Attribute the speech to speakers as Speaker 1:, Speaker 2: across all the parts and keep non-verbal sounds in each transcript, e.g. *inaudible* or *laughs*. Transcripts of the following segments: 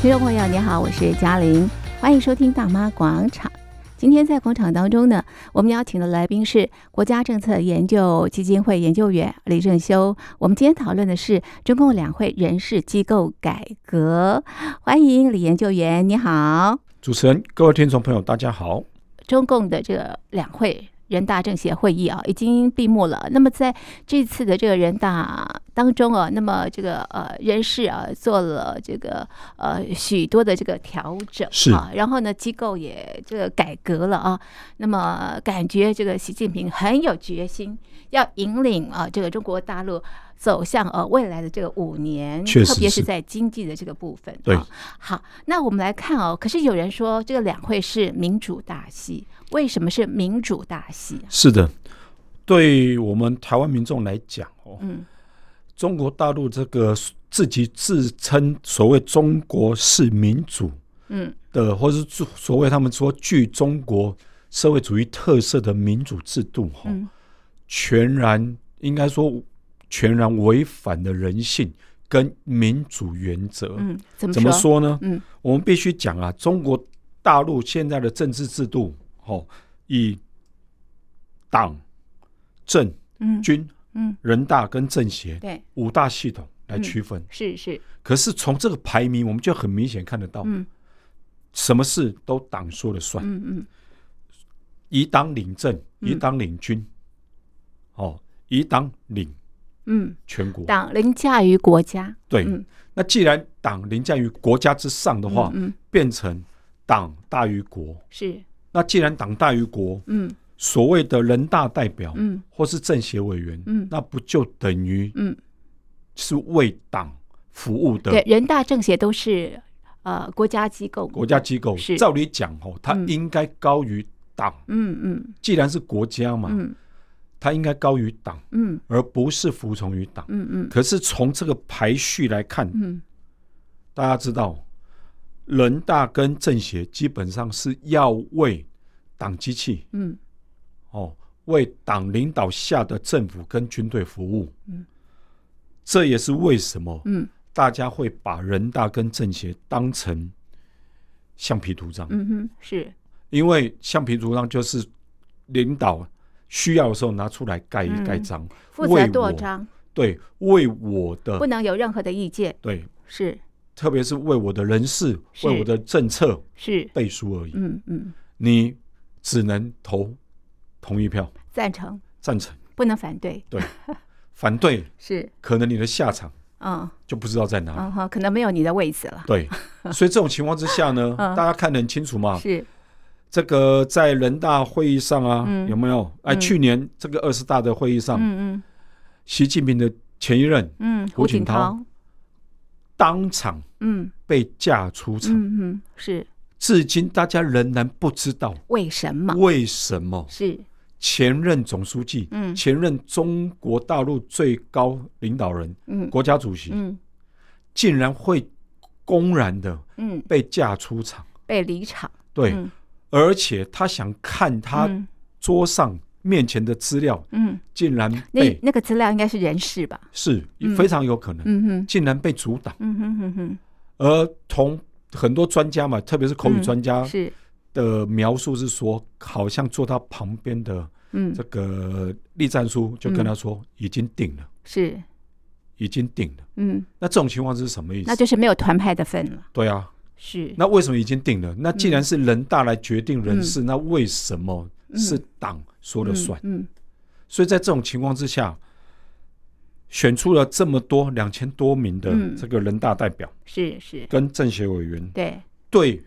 Speaker 1: 听众朋友，你好，我是嘉玲，欢迎收听《大妈广场》。今天在广场当中呢，我们邀请的来宾是国家政策研究基金会研究员李正修。我们今天讨论的是中共两会人事机构改革。欢迎李研究员，你好。
Speaker 2: 主持人，各位听众朋友，大家好。
Speaker 1: 中共的这个两会人大政协会议啊，已经闭幕了。那么在这次的这个人大当中啊，那么这个呃人事啊做了这个呃许多的这个调整、啊，
Speaker 2: 是
Speaker 1: 然后呢机构也这个改革了啊。那么感觉这个习近平很有决心，要引领啊这个中国大陆。走向呃未来的这个五年，
Speaker 2: 确实
Speaker 1: 特别是
Speaker 2: 是
Speaker 1: 在经济的这个部分、啊。
Speaker 2: 对
Speaker 1: 好，那我们来看哦。可是有人说这个两会是民主大戏，为什么是民主大戏啊？
Speaker 2: 是的，对我们台湾民众来讲哦，
Speaker 1: 嗯，
Speaker 2: 中国大陆这个自己自称所谓中国是民主
Speaker 1: 嗯
Speaker 2: 的，或是所所谓他们说具中国社会主义特色的民主制度哈、
Speaker 1: 嗯
Speaker 2: 全然应该说全然违反了人性跟民主原则。
Speaker 1: 嗯，怎么
Speaker 2: 怎么说呢？
Speaker 1: 嗯
Speaker 2: 我们必须讲啊，中国大陆现在的政治制度，哦，以党、政、
Speaker 1: 嗯
Speaker 2: 军、
Speaker 1: 嗯，
Speaker 2: 人大跟政协
Speaker 1: 对，
Speaker 2: 五大系统
Speaker 1: 嗯
Speaker 2: 来区分。
Speaker 1: 是是，
Speaker 2: 可是从这个排名，我们就很明显看得到，
Speaker 1: 嗯
Speaker 2: 什么事都党说了算，
Speaker 1: 嗯嗯
Speaker 2: 以党领政，
Speaker 1: 嗯
Speaker 2: 以党领军，哦，以党领
Speaker 1: 嗯，
Speaker 2: 全国。
Speaker 1: 党凌驾于国家
Speaker 2: 对，
Speaker 1: 嗯
Speaker 2: 那既然党凌驾于国家之上的话，
Speaker 1: 嗯嗯
Speaker 2: 变成党大于国。
Speaker 1: 是，
Speaker 2: 那既然党大于国，
Speaker 1: 嗯
Speaker 2: 所谓的人大代表、
Speaker 1: 嗯
Speaker 2: 或是政协委员，
Speaker 1: 嗯
Speaker 2: 那不就等于
Speaker 1: 嗯，
Speaker 2: 是为党服务的
Speaker 1: 对，人大政协都是呃国家机构，
Speaker 2: 国家机构
Speaker 1: 是？
Speaker 2: 照理讲哦，它
Speaker 1: 嗯
Speaker 2: 应该高于党。
Speaker 1: 嗯嗯
Speaker 2: 既然是国家嘛，
Speaker 1: 嗯
Speaker 2: 它应该高于党，
Speaker 1: 嗯
Speaker 2: 而不是服从于党。
Speaker 1: 嗯嗯
Speaker 2: 可是从这个排序来看，
Speaker 1: 嗯，
Speaker 2: 大家知道，人大跟政协基本上是要为党机器
Speaker 1: 嗯
Speaker 2: 哦，为党领导下的政府跟军队服务。
Speaker 1: 嗯
Speaker 2: 这也是为什么
Speaker 1: 嗯
Speaker 2: 大家会把人大跟政协当成橡皮图章，
Speaker 1: 嗯哼，是，
Speaker 2: 因为橡皮图章就是领导需要的时候拿出来盖
Speaker 1: 嗯
Speaker 2: 一盖章，
Speaker 1: 负
Speaker 2: 为
Speaker 1: 责
Speaker 2: 我
Speaker 1: 多少章，
Speaker 2: 对，为我的
Speaker 1: 不能有任何的意见，
Speaker 2: 对，
Speaker 1: 是
Speaker 2: 特别是为我的人事、
Speaker 1: 是
Speaker 2: 为我的政策
Speaker 1: 是，
Speaker 2: 背书而已，
Speaker 1: 嗯嗯，
Speaker 2: 你只能投同意票
Speaker 1: 赞成，
Speaker 2: 赞成，
Speaker 1: 不能反对，
Speaker 2: 反对
Speaker 1: 是，
Speaker 2: 可能你的下场
Speaker 1: 嗯
Speaker 2: 就不知道在哪里。
Speaker 1: 嗯哼，可能没有你的位置了，
Speaker 2: 对，所以这种情况之下呢，
Speaker 1: 嗯
Speaker 2: 大家看得很清楚嘛。
Speaker 1: 是，
Speaker 2: 这个在人大会议上啊，
Speaker 1: 嗯
Speaker 2: 有没有？哎，
Speaker 1: 嗯
Speaker 2: 去年这个二十大的会议上，
Speaker 1: 嗯嗯
Speaker 2: 习近平的前一任
Speaker 1: 嗯，
Speaker 2: 胡
Speaker 1: 胡
Speaker 2: 锦
Speaker 1: 锦
Speaker 2: 涛啊
Speaker 1: 涛，
Speaker 2: 当场
Speaker 1: 嗯
Speaker 2: 被架出场，
Speaker 1: 嗯嗯，是
Speaker 2: 至今大家仍然不知道
Speaker 1: 为什么？
Speaker 2: 为什么
Speaker 1: 是，
Speaker 2: 前任总书记、
Speaker 1: 嗯
Speaker 2: 前任中国大陆最高领导人、
Speaker 1: 嗯
Speaker 2: 国家主席，
Speaker 1: 嗯
Speaker 2: 竟然会公然的
Speaker 1: 嗯，
Speaker 2: 被架出场。
Speaker 1: 被离场，
Speaker 2: 对，
Speaker 1: 嗯
Speaker 2: 而且他想看他
Speaker 1: 嗯
Speaker 2: 桌上面前的资料，
Speaker 1: 嗯，
Speaker 2: 竟然
Speaker 1: 那
Speaker 2: 被
Speaker 1: 那个资料应该是人事吧？
Speaker 2: 是
Speaker 1: 嗯
Speaker 2: 非常有可能，
Speaker 1: 嗯哼
Speaker 2: 竟然被阻挡。
Speaker 1: 嗯哼哼哼，
Speaker 2: 而从很多专家嘛，特别是口语专家
Speaker 1: 是，
Speaker 2: 的描述是说，好像坐他旁边的
Speaker 1: 嗯
Speaker 2: 这个栗战书就跟他说，已经定了，
Speaker 1: 是，
Speaker 2: 已经定了。
Speaker 1: 嗯，
Speaker 2: 那这种情况是什么意思
Speaker 1: 那？就是没有团派的份了，
Speaker 2: 对啊，
Speaker 1: 是，
Speaker 2: 那为什么已经定了？那既
Speaker 1: 嗯
Speaker 2: 然是人大来决定人事，那为什么是党说了
Speaker 1: 嗯
Speaker 2: 算？
Speaker 1: 嗯
Speaker 2: 所以在这种情况之下，选出了这么多两千多名的
Speaker 1: 嗯
Speaker 2: 这个人大代表
Speaker 1: 是是，
Speaker 2: 跟政协委员，
Speaker 1: 对，
Speaker 2: 对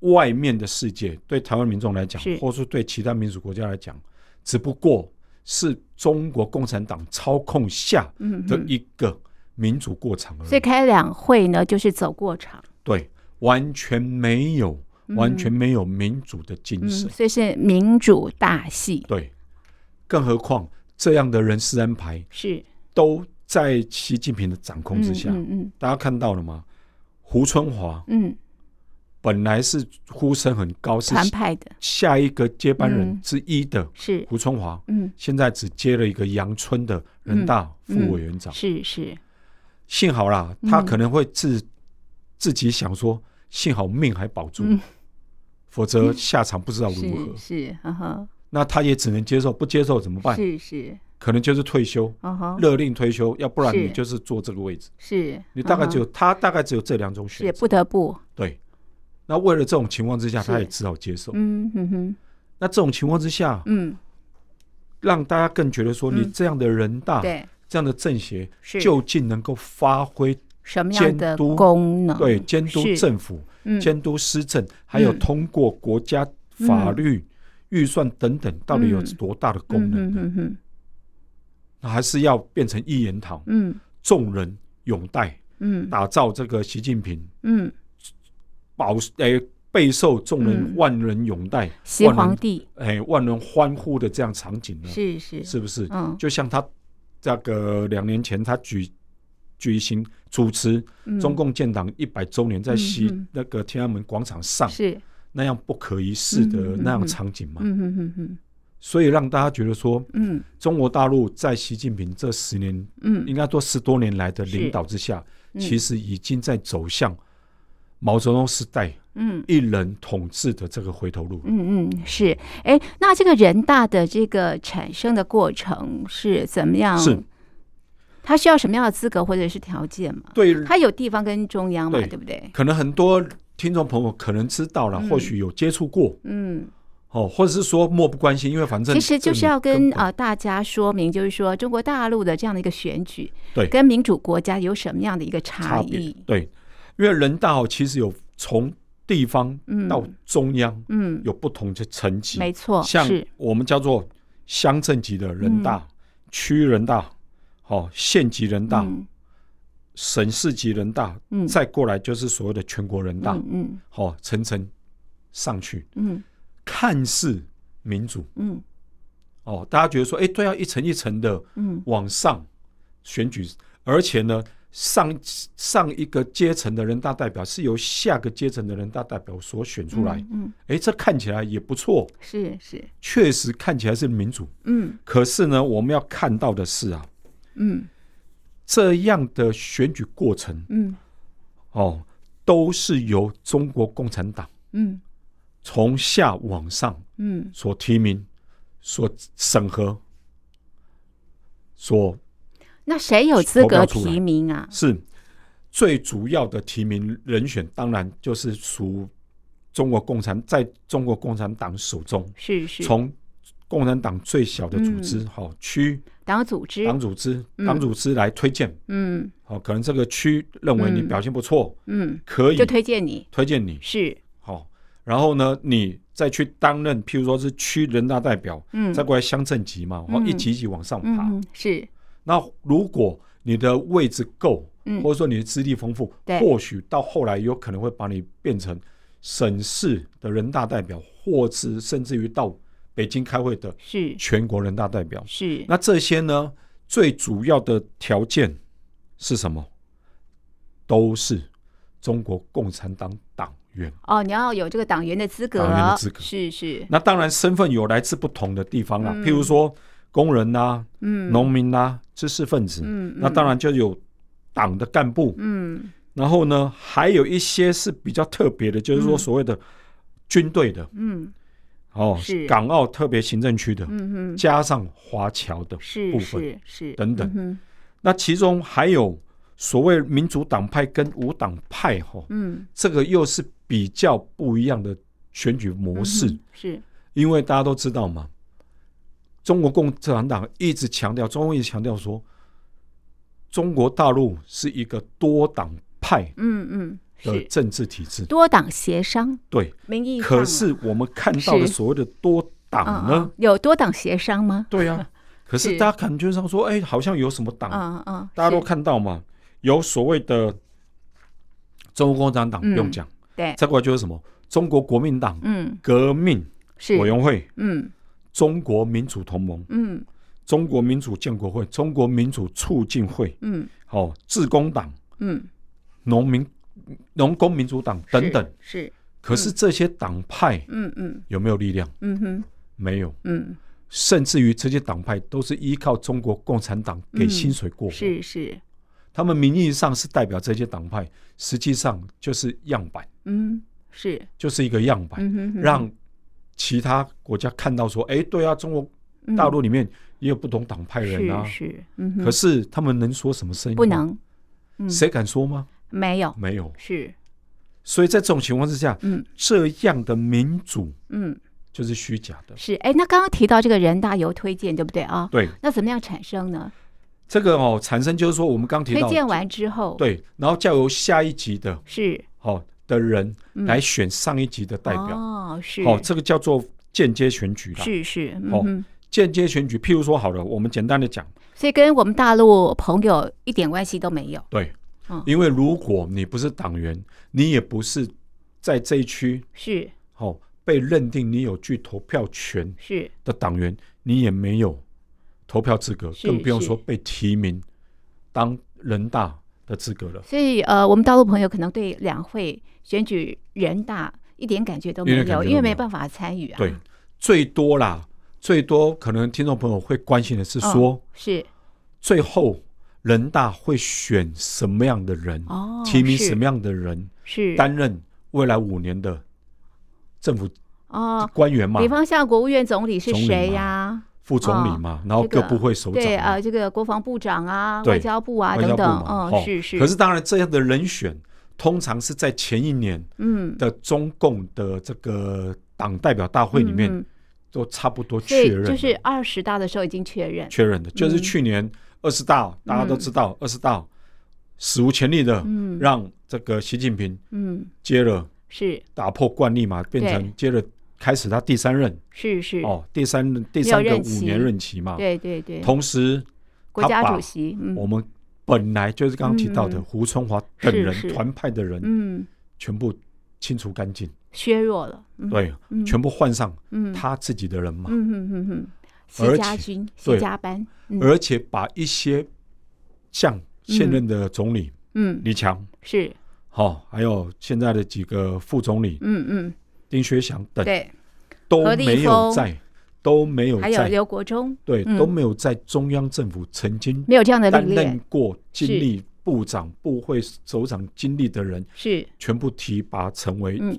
Speaker 2: 外面的世界，对台湾民众来讲
Speaker 1: 是，
Speaker 2: 或是对其他民主国家来讲，只不过是中国共产党操控下
Speaker 1: 嗯
Speaker 2: 的
Speaker 1: 哼。
Speaker 2: 一个民主过程而
Speaker 1: 所以
Speaker 2: 已。
Speaker 1: 开两会呢，就是走过场，
Speaker 2: 对，完全没有，完全没有民主的精
Speaker 1: 嗯，
Speaker 2: 神。
Speaker 1: 所以是民主大戏，
Speaker 2: 对，更何况这样的人事安排
Speaker 1: 是
Speaker 2: 都在习近平的掌控之下。
Speaker 1: 嗯嗯
Speaker 2: 大家看到了吗？胡春华
Speaker 1: 嗯嗯，
Speaker 2: 本来是呼声很高，是
Speaker 1: 团派的
Speaker 2: 下一个接班人
Speaker 1: 嗯
Speaker 2: 之一的
Speaker 1: 是，
Speaker 2: 胡春华，
Speaker 1: 嗯
Speaker 2: 现在只接了一个阳春的
Speaker 1: 嗯
Speaker 2: 人大副委员长。
Speaker 1: 是是，嗯
Speaker 2: 幸好啦，他可能会自自己想说，幸好命还保住，
Speaker 1: 嗯
Speaker 2: 否则下场不知道如何。
Speaker 1: 是是，呵呵，
Speaker 2: 那他也只能接受，不接受怎么办？
Speaker 1: 是是，
Speaker 2: 可能就是退休，
Speaker 1: 哦吼，
Speaker 2: 勒令退休，要不然
Speaker 1: 是
Speaker 2: 你就是坐这个位置。
Speaker 1: 是，
Speaker 2: 你大概
Speaker 1: 嗯哼
Speaker 2: 只有他大概只有这两种选
Speaker 1: 是
Speaker 2: 择
Speaker 1: 不。得不，
Speaker 2: 对，那为了这种情况之下，
Speaker 1: 是
Speaker 2: 他也只好接受。
Speaker 1: 嗯哼哼，
Speaker 2: 那这种情况之下，
Speaker 1: 嗯，
Speaker 2: 让大家更觉得说，
Speaker 1: 嗯
Speaker 2: 你这样的人大，
Speaker 1: 对，
Speaker 2: 这样的政协，
Speaker 1: 是
Speaker 2: 究竟能够发挥
Speaker 1: 什么样的
Speaker 2: 监督
Speaker 1: 功能？
Speaker 2: 对监督
Speaker 1: 嗯是
Speaker 2: 政府、
Speaker 1: 嗯
Speaker 2: 监督施政，还有
Speaker 1: 嗯
Speaker 2: 通过国家法
Speaker 1: 嗯
Speaker 2: 律、预算等等，到底有
Speaker 1: 嗯
Speaker 2: 多大的功能
Speaker 1: 嗯
Speaker 2: 呢？
Speaker 1: 哼哼
Speaker 2: 那还是要变成一言堂，
Speaker 1: 嗯
Speaker 2: 众人拥戴，
Speaker 1: 嗯
Speaker 2: 打造这个习近平
Speaker 1: 嗯，
Speaker 2: 保诶备受众
Speaker 1: 嗯
Speaker 2: 人万人拥戴、
Speaker 1: 西
Speaker 2: 万人
Speaker 1: 皇帝
Speaker 2: 哎万人欢呼的这样场景呢？
Speaker 1: 是是
Speaker 2: 是不是？
Speaker 1: 嗯
Speaker 2: 就像他这个两年前他举举行主持
Speaker 1: 嗯
Speaker 2: 中共建党一百周年
Speaker 1: 嗯
Speaker 2: 在
Speaker 1: 嗯
Speaker 2: 西那个天安门广场上
Speaker 1: 是
Speaker 2: 那样不可一
Speaker 1: 嗯
Speaker 2: 世
Speaker 1: 嗯
Speaker 2: 的
Speaker 1: 嗯
Speaker 2: 那样场景嘛，
Speaker 1: 嗯哼哼哼
Speaker 2: 所以让大家觉得说，
Speaker 1: 嗯
Speaker 2: 中国大陆在习近平这十年，
Speaker 1: 嗯
Speaker 2: 应该说十多年来的
Speaker 1: 是
Speaker 2: 领导之下，
Speaker 1: 嗯
Speaker 2: 其实已经在走向毛泽东时代
Speaker 1: 嗯。
Speaker 2: 一人统治的这个回头路。
Speaker 1: 嗯嗯是，哎，那这个人大的这个产生的过程是怎么样？
Speaker 2: 是，
Speaker 1: 他需要什么样的资格或者是条件吗？
Speaker 2: 对，
Speaker 1: 嗯他有地方跟中央嘛，
Speaker 2: 对
Speaker 1: 对不对？
Speaker 2: 可能很多听众朋友可能知道了，
Speaker 1: 嗯
Speaker 2: 或许有接触过，
Speaker 1: 嗯，
Speaker 2: 哦，或者是说漠不关心，因为反正
Speaker 1: 其实就是要
Speaker 2: 这
Speaker 1: 跟
Speaker 2: 你
Speaker 1: 啊、呃大家说明，就是说中国大陆的这样的一个选举，
Speaker 2: 对
Speaker 1: 跟民主国家有什么样的一个差
Speaker 2: 差别
Speaker 1: 异？
Speaker 2: 对，因为人大哦，其实有从地方
Speaker 1: 嗯
Speaker 2: 到中央
Speaker 1: 嗯，
Speaker 2: 有不同的层级，
Speaker 1: 没错，
Speaker 2: 像
Speaker 1: 是
Speaker 2: 我们叫做乡镇级的人大、区人大、哦县级人大、
Speaker 1: 嗯
Speaker 2: 省市级人大，
Speaker 1: 嗯
Speaker 2: 再过来就是所谓的全国人大，
Speaker 1: 嗯
Speaker 2: 哦层层上去，
Speaker 1: 嗯
Speaker 2: 看似民主
Speaker 1: 嗯
Speaker 2: 哦，大家觉得说，哎，对啊，一层一层的，
Speaker 1: 嗯
Speaker 2: 往上选举，而且呢，上上一个阶层的人大代表是由下个阶层的人大代表所选
Speaker 1: 嗯，
Speaker 2: 出来。
Speaker 1: 嗯，嗯
Speaker 2: 诶，这看起来也不错，
Speaker 1: 是是，
Speaker 2: 确实看起来是民主。
Speaker 1: 嗯
Speaker 2: 可是呢，我们要看到的是啊，
Speaker 1: 嗯
Speaker 2: 这样的选举过程
Speaker 1: 嗯
Speaker 2: 哦，都是由中国共产党
Speaker 1: 嗯
Speaker 2: 从下往上
Speaker 1: 嗯，
Speaker 2: 所提名、所审核、所
Speaker 1: 那谁有资
Speaker 2: 投
Speaker 1: 格
Speaker 2: 票出来
Speaker 1: 提名啊？
Speaker 2: 是最主要的提名人选，当然就是属中国共产，在中国共产党手中，
Speaker 1: 是是，
Speaker 2: 从共产党最小的组织，好、区
Speaker 1: 党组织，
Speaker 2: 党组织、
Speaker 1: 嗯
Speaker 2: 党组织来推荐，
Speaker 1: 嗯
Speaker 2: 好、可能这个区认为你
Speaker 1: 嗯
Speaker 2: 表现不错，
Speaker 1: 嗯，
Speaker 2: 可以
Speaker 1: 就推荐你，
Speaker 2: 推荐你，
Speaker 1: 是，
Speaker 2: 好、然后呢，你再去担任，譬如说是区人大代表，
Speaker 1: 嗯
Speaker 2: 再过来乡镇级嘛，然、
Speaker 1: 嗯
Speaker 2: 一级一级往上爬。
Speaker 1: 嗯是，
Speaker 2: 那如果你的位置够，
Speaker 1: 嗯
Speaker 2: 或者说你的资历丰富，
Speaker 1: 对
Speaker 2: 或许到后来有可能会把你变成省市的人大代表，或是甚至于到北京开会的
Speaker 1: 是
Speaker 2: 全国人大代表。
Speaker 1: 是，
Speaker 2: 那这些呢，最主要的条件是什么？都是中国共产党党员。
Speaker 1: 哦，你要有这个党员的资格，
Speaker 2: 党员的资格
Speaker 1: 是是，
Speaker 2: 那当然，身份有来自不同的地方啦，
Speaker 1: 嗯
Speaker 2: 譬如说工人啦、
Speaker 1: 嗯
Speaker 2: 农民啦、知识分子。
Speaker 1: 嗯，
Speaker 2: 那当然就有党的干部，
Speaker 1: 嗯，
Speaker 2: 然后呢，还有一些是比较特别的，就是说所谓的军队的、
Speaker 1: 嗯
Speaker 2: 哦
Speaker 1: 是，
Speaker 2: 港澳特别行政区的，
Speaker 1: 嗯嗯嗯，
Speaker 2: 加上华侨的
Speaker 1: 是
Speaker 2: 部分。
Speaker 1: 是是，
Speaker 2: 等等
Speaker 1: 嗯哼
Speaker 2: 那其中还有所谓民主党派跟无党派哈、哦，
Speaker 1: 嗯，
Speaker 2: 这个又是比较不一样的选举模
Speaker 1: 嗯
Speaker 2: 式，
Speaker 1: 哼是，
Speaker 2: 因为大家都知道嘛，中国共产党一直强调，中共一直强调说，中国大陆是一个多党派
Speaker 1: 嗯嗯
Speaker 2: 的
Speaker 1: 是，
Speaker 2: 政治体制，
Speaker 1: 多党协商，
Speaker 2: 对。
Speaker 1: 名义上
Speaker 2: 可
Speaker 1: 啊
Speaker 2: 是我们看到的
Speaker 1: 是
Speaker 2: 所谓的多党
Speaker 1: 嗯
Speaker 2: 呢
Speaker 1: 嗯，有多党协商吗？
Speaker 2: 对呀、
Speaker 1: *laughs*
Speaker 2: 可是
Speaker 1: 是
Speaker 2: 大家感觉上说，哎、好像有什么党，
Speaker 1: 嗯嗯，
Speaker 2: 大家都
Speaker 1: 是
Speaker 2: 看到嘛，有所谓的中国共产党不
Speaker 1: 嗯
Speaker 2: 用讲，
Speaker 1: 对，
Speaker 2: 再过来就是什么中国国民党、
Speaker 1: 嗯
Speaker 2: 革命
Speaker 1: 是，
Speaker 2: 委员会、
Speaker 1: 嗯
Speaker 2: 中国民主同盟、
Speaker 1: 嗯
Speaker 2: 中国民主建国会、中国民主促进会、
Speaker 1: 嗯
Speaker 2: 哦，自工党、
Speaker 1: 嗯
Speaker 2: 农民、农工民主党等
Speaker 1: 是嗯
Speaker 2: 等。
Speaker 1: 是，
Speaker 2: 可是这些党派
Speaker 1: 嗯嗯
Speaker 2: 有没有力量？
Speaker 1: 嗯哼
Speaker 2: 没有。
Speaker 1: 嗯
Speaker 2: 甚至于这些党派都是依靠中国共产党给薪水过活，
Speaker 1: 嗯是是，
Speaker 2: 他他们名义上是代表这些党派，实际上就是样板，
Speaker 1: 嗯，是，
Speaker 2: 就是一个样板，
Speaker 1: 嗯哼哼
Speaker 2: 哎让其他国家看到说，哎，对啊，中国
Speaker 1: 嗯
Speaker 2: 大陆里面也有不同党派人啊
Speaker 1: 是，是，嗯哼，
Speaker 2: 可是他们能说什么声音？
Speaker 1: 不，能，嗯
Speaker 2: 谁敢说吗？
Speaker 1: 没有，
Speaker 2: 没有。
Speaker 1: 是，
Speaker 2: 所以在这种情况之下，
Speaker 1: 嗯
Speaker 2: 这样的民主
Speaker 1: 嗯，
Speaker 2: 就是虚假的。
Speaker 1: 是。哎，那刚刚提到这个人大有推荐，对不对啊？
Speaker 2: 对，
Speaker 1: 那怎么样产生呢？
Speaker 2: 这个哦，产生就是说我们刚提
Speaker 1: 推
Speaker 2: 到
Speaker 1: 荐完之后，，
Speaker 2: 对，然后叫由下一级的
Speaker 1: 是
Speaker 2: 好、的人
Speaker 1: 嗯
Speaker 2: 来选上一级的代表，
Speaker 1: 哦，是，
Speaker 2: 好、这个叫做间接选举啦。
Speaker 1: 是是，嗯
Speaker 2: 哦
Speaker 1: 哼，
Speaker 2: 间接选举，譬如说好了，我们简单的讲，
Speaker 1: 所以跟我们大陆朋友一点关系都没有，
Speaker 2: 对，
Speaker 1: 嗯
Speaker 2: 因为如果你不是党员，你也不是在这一区
Speaker 1: 是
Speaker 2: 好、被认定你有具投票权
Speaker 1: 是，
Speaker 2: 的党员，你也没有投票资格，
Speaker 1: 是
Speaker 2: 更不用
Speaker 1: 是
Speaker 2: 说被提名当人大的资格了。
Speaker 1: 所以呃，我们大陆朋友可能对两会选举人大一点感觉都没
Speaker 2: 一点感
Speaker 1: 有，
Speaker 2: 觉
Speaker 1: 因为
Speaker 2: 都没
Speaker 1: 没
Speaker 2: 有
Speaker 1: 办法参与啊，
Speaker 2: 对，最多啦，最多可能听众朋友会关心的是说，
Speaker 1: 嗯是
Speaker 2: 最后人大会选什么样的人，
Speaker 1: 哦，
Speaker 2: 提名什
Speaker 1: 是
Speaker 2: 么样的人
Speaker 1: 是
Speaker 2: 担任未来五年的政府
Speaker 1: 哦，
Speaker 2: 官员嘛，
Speaker 1: 比方像国务院总理是
Speaker 2: 总理
Speaker 1: 谁
Speaker 2: 嘛
Speaker 1: 呀、
Speaker 2: 副总理嘛，然后
Speaker 1: 这
Speaker 2: 各
Speaker 1: 个
Speaker 2: 部会首长
Speaker 1: 对
Speaker 2: 嘛、
Speaker 1: 啊、呃哦这个国防部长啊、
Speaker 2: 对
Speaker 1: 外交部啊
Speaker 2: 外交
Speaker 1: 等
Speaker 2: 部
Speaker 1: 等，
Speaker 2: 嘛，
Speaker 1: 嗯，
Speaker 2: 哦
Speaker 1: 是是，
Speaker 2: 可是当然，这样的人选通常是在前一年
Speaker 1: 嗯，
Speaker 2: 的中共的这个党代表大会里面
Speaker 1: 嗯嗯
Speaker 2: 都差不多
Speaker 1: 所
Speaker 2: 确
Speaker 1: 以
Speaker 2: 认了，
Speaker 1: 就是嗯二十大的时候已经确认，
Speaker 2: 确认的，就是去年二十大，大家都知道二十大史无前例的
Speaker 1: 嗯
Speaker 2: 让这个习近平
Speaker 1: 嗯，
Speaker 2: 接了
Speaker 1: 是
Speaker 2: 打破惯例嘛，变成接了开始他第三任
Speaker 1: 是是，
Speaker 2: 哦，第三任第三个
Speaker 1: 任
Speaker 2: 五
Speaker 1: 期
Speaker 2: 年任期嘛，
Speaker 1: 对对对，
Speaker 2: 同时
Speaker 1: 国家
Speaker 2: 他把
Speaker 1: 主席，
Speaker 2: 我
Speaker 1: 嗯
Speaker 2: 们本来就是刚刚提到的
Speaker 1: 嗯
Speaker 2: 胡春华等人
Speaker 1: 是是
Speaker 2: 团派的人
Speaker 1: 嗯，
Speaker 2: 全部清除干净，
Speaker 1: 削弱了，嗯
Speaker 2: 对，
Speaker 1: 嗯
Speaker 2: 全部换上
Speaker 1: 嗯
Speaker 2: 他自己的人嘛，
Speaker 1: 嗯嗯嗯嗯，
Speaker 2: 而
Speaker 1: 习家
Speaker 2: 且
Speaker 1: 军、习
Speaker 2: 对
Speaker 1: 家班，嗯
Speaker 2: 而且把一些像现任的总理
Speaker 1: 嗯
Speaker 2: 李强。
Speaker 1: 是，
Speaker 2: 好、还有现在的几个副总理
Speaker 1: 嗯嗯
Speaker 2: 丁薛祥等
Speaker 1: 对，
Speaker 2: 都
Speaker 1: 何立
Speaker 2: 没有
Speaker 1: 峰
Speaker 2: 在，都没有
Speaker 1: 还有
Speaker 2: 在，
Speaker 1: 刘国中
Speaker 2: 对，
Speaker 1: 嗯
Speaker 2: 都没有在中央政府曾经
Speaker 1: 没有这样的
Speaker 2: 担
Speaker 1: 历练
Speaker 2: 任，过经
Speaker 1: 是
Speaker 2: 历部长、部会首长经历的人，
Speaker 1: 是，
Speaker 2: 全部提拔成为
Speaker 1: 嗯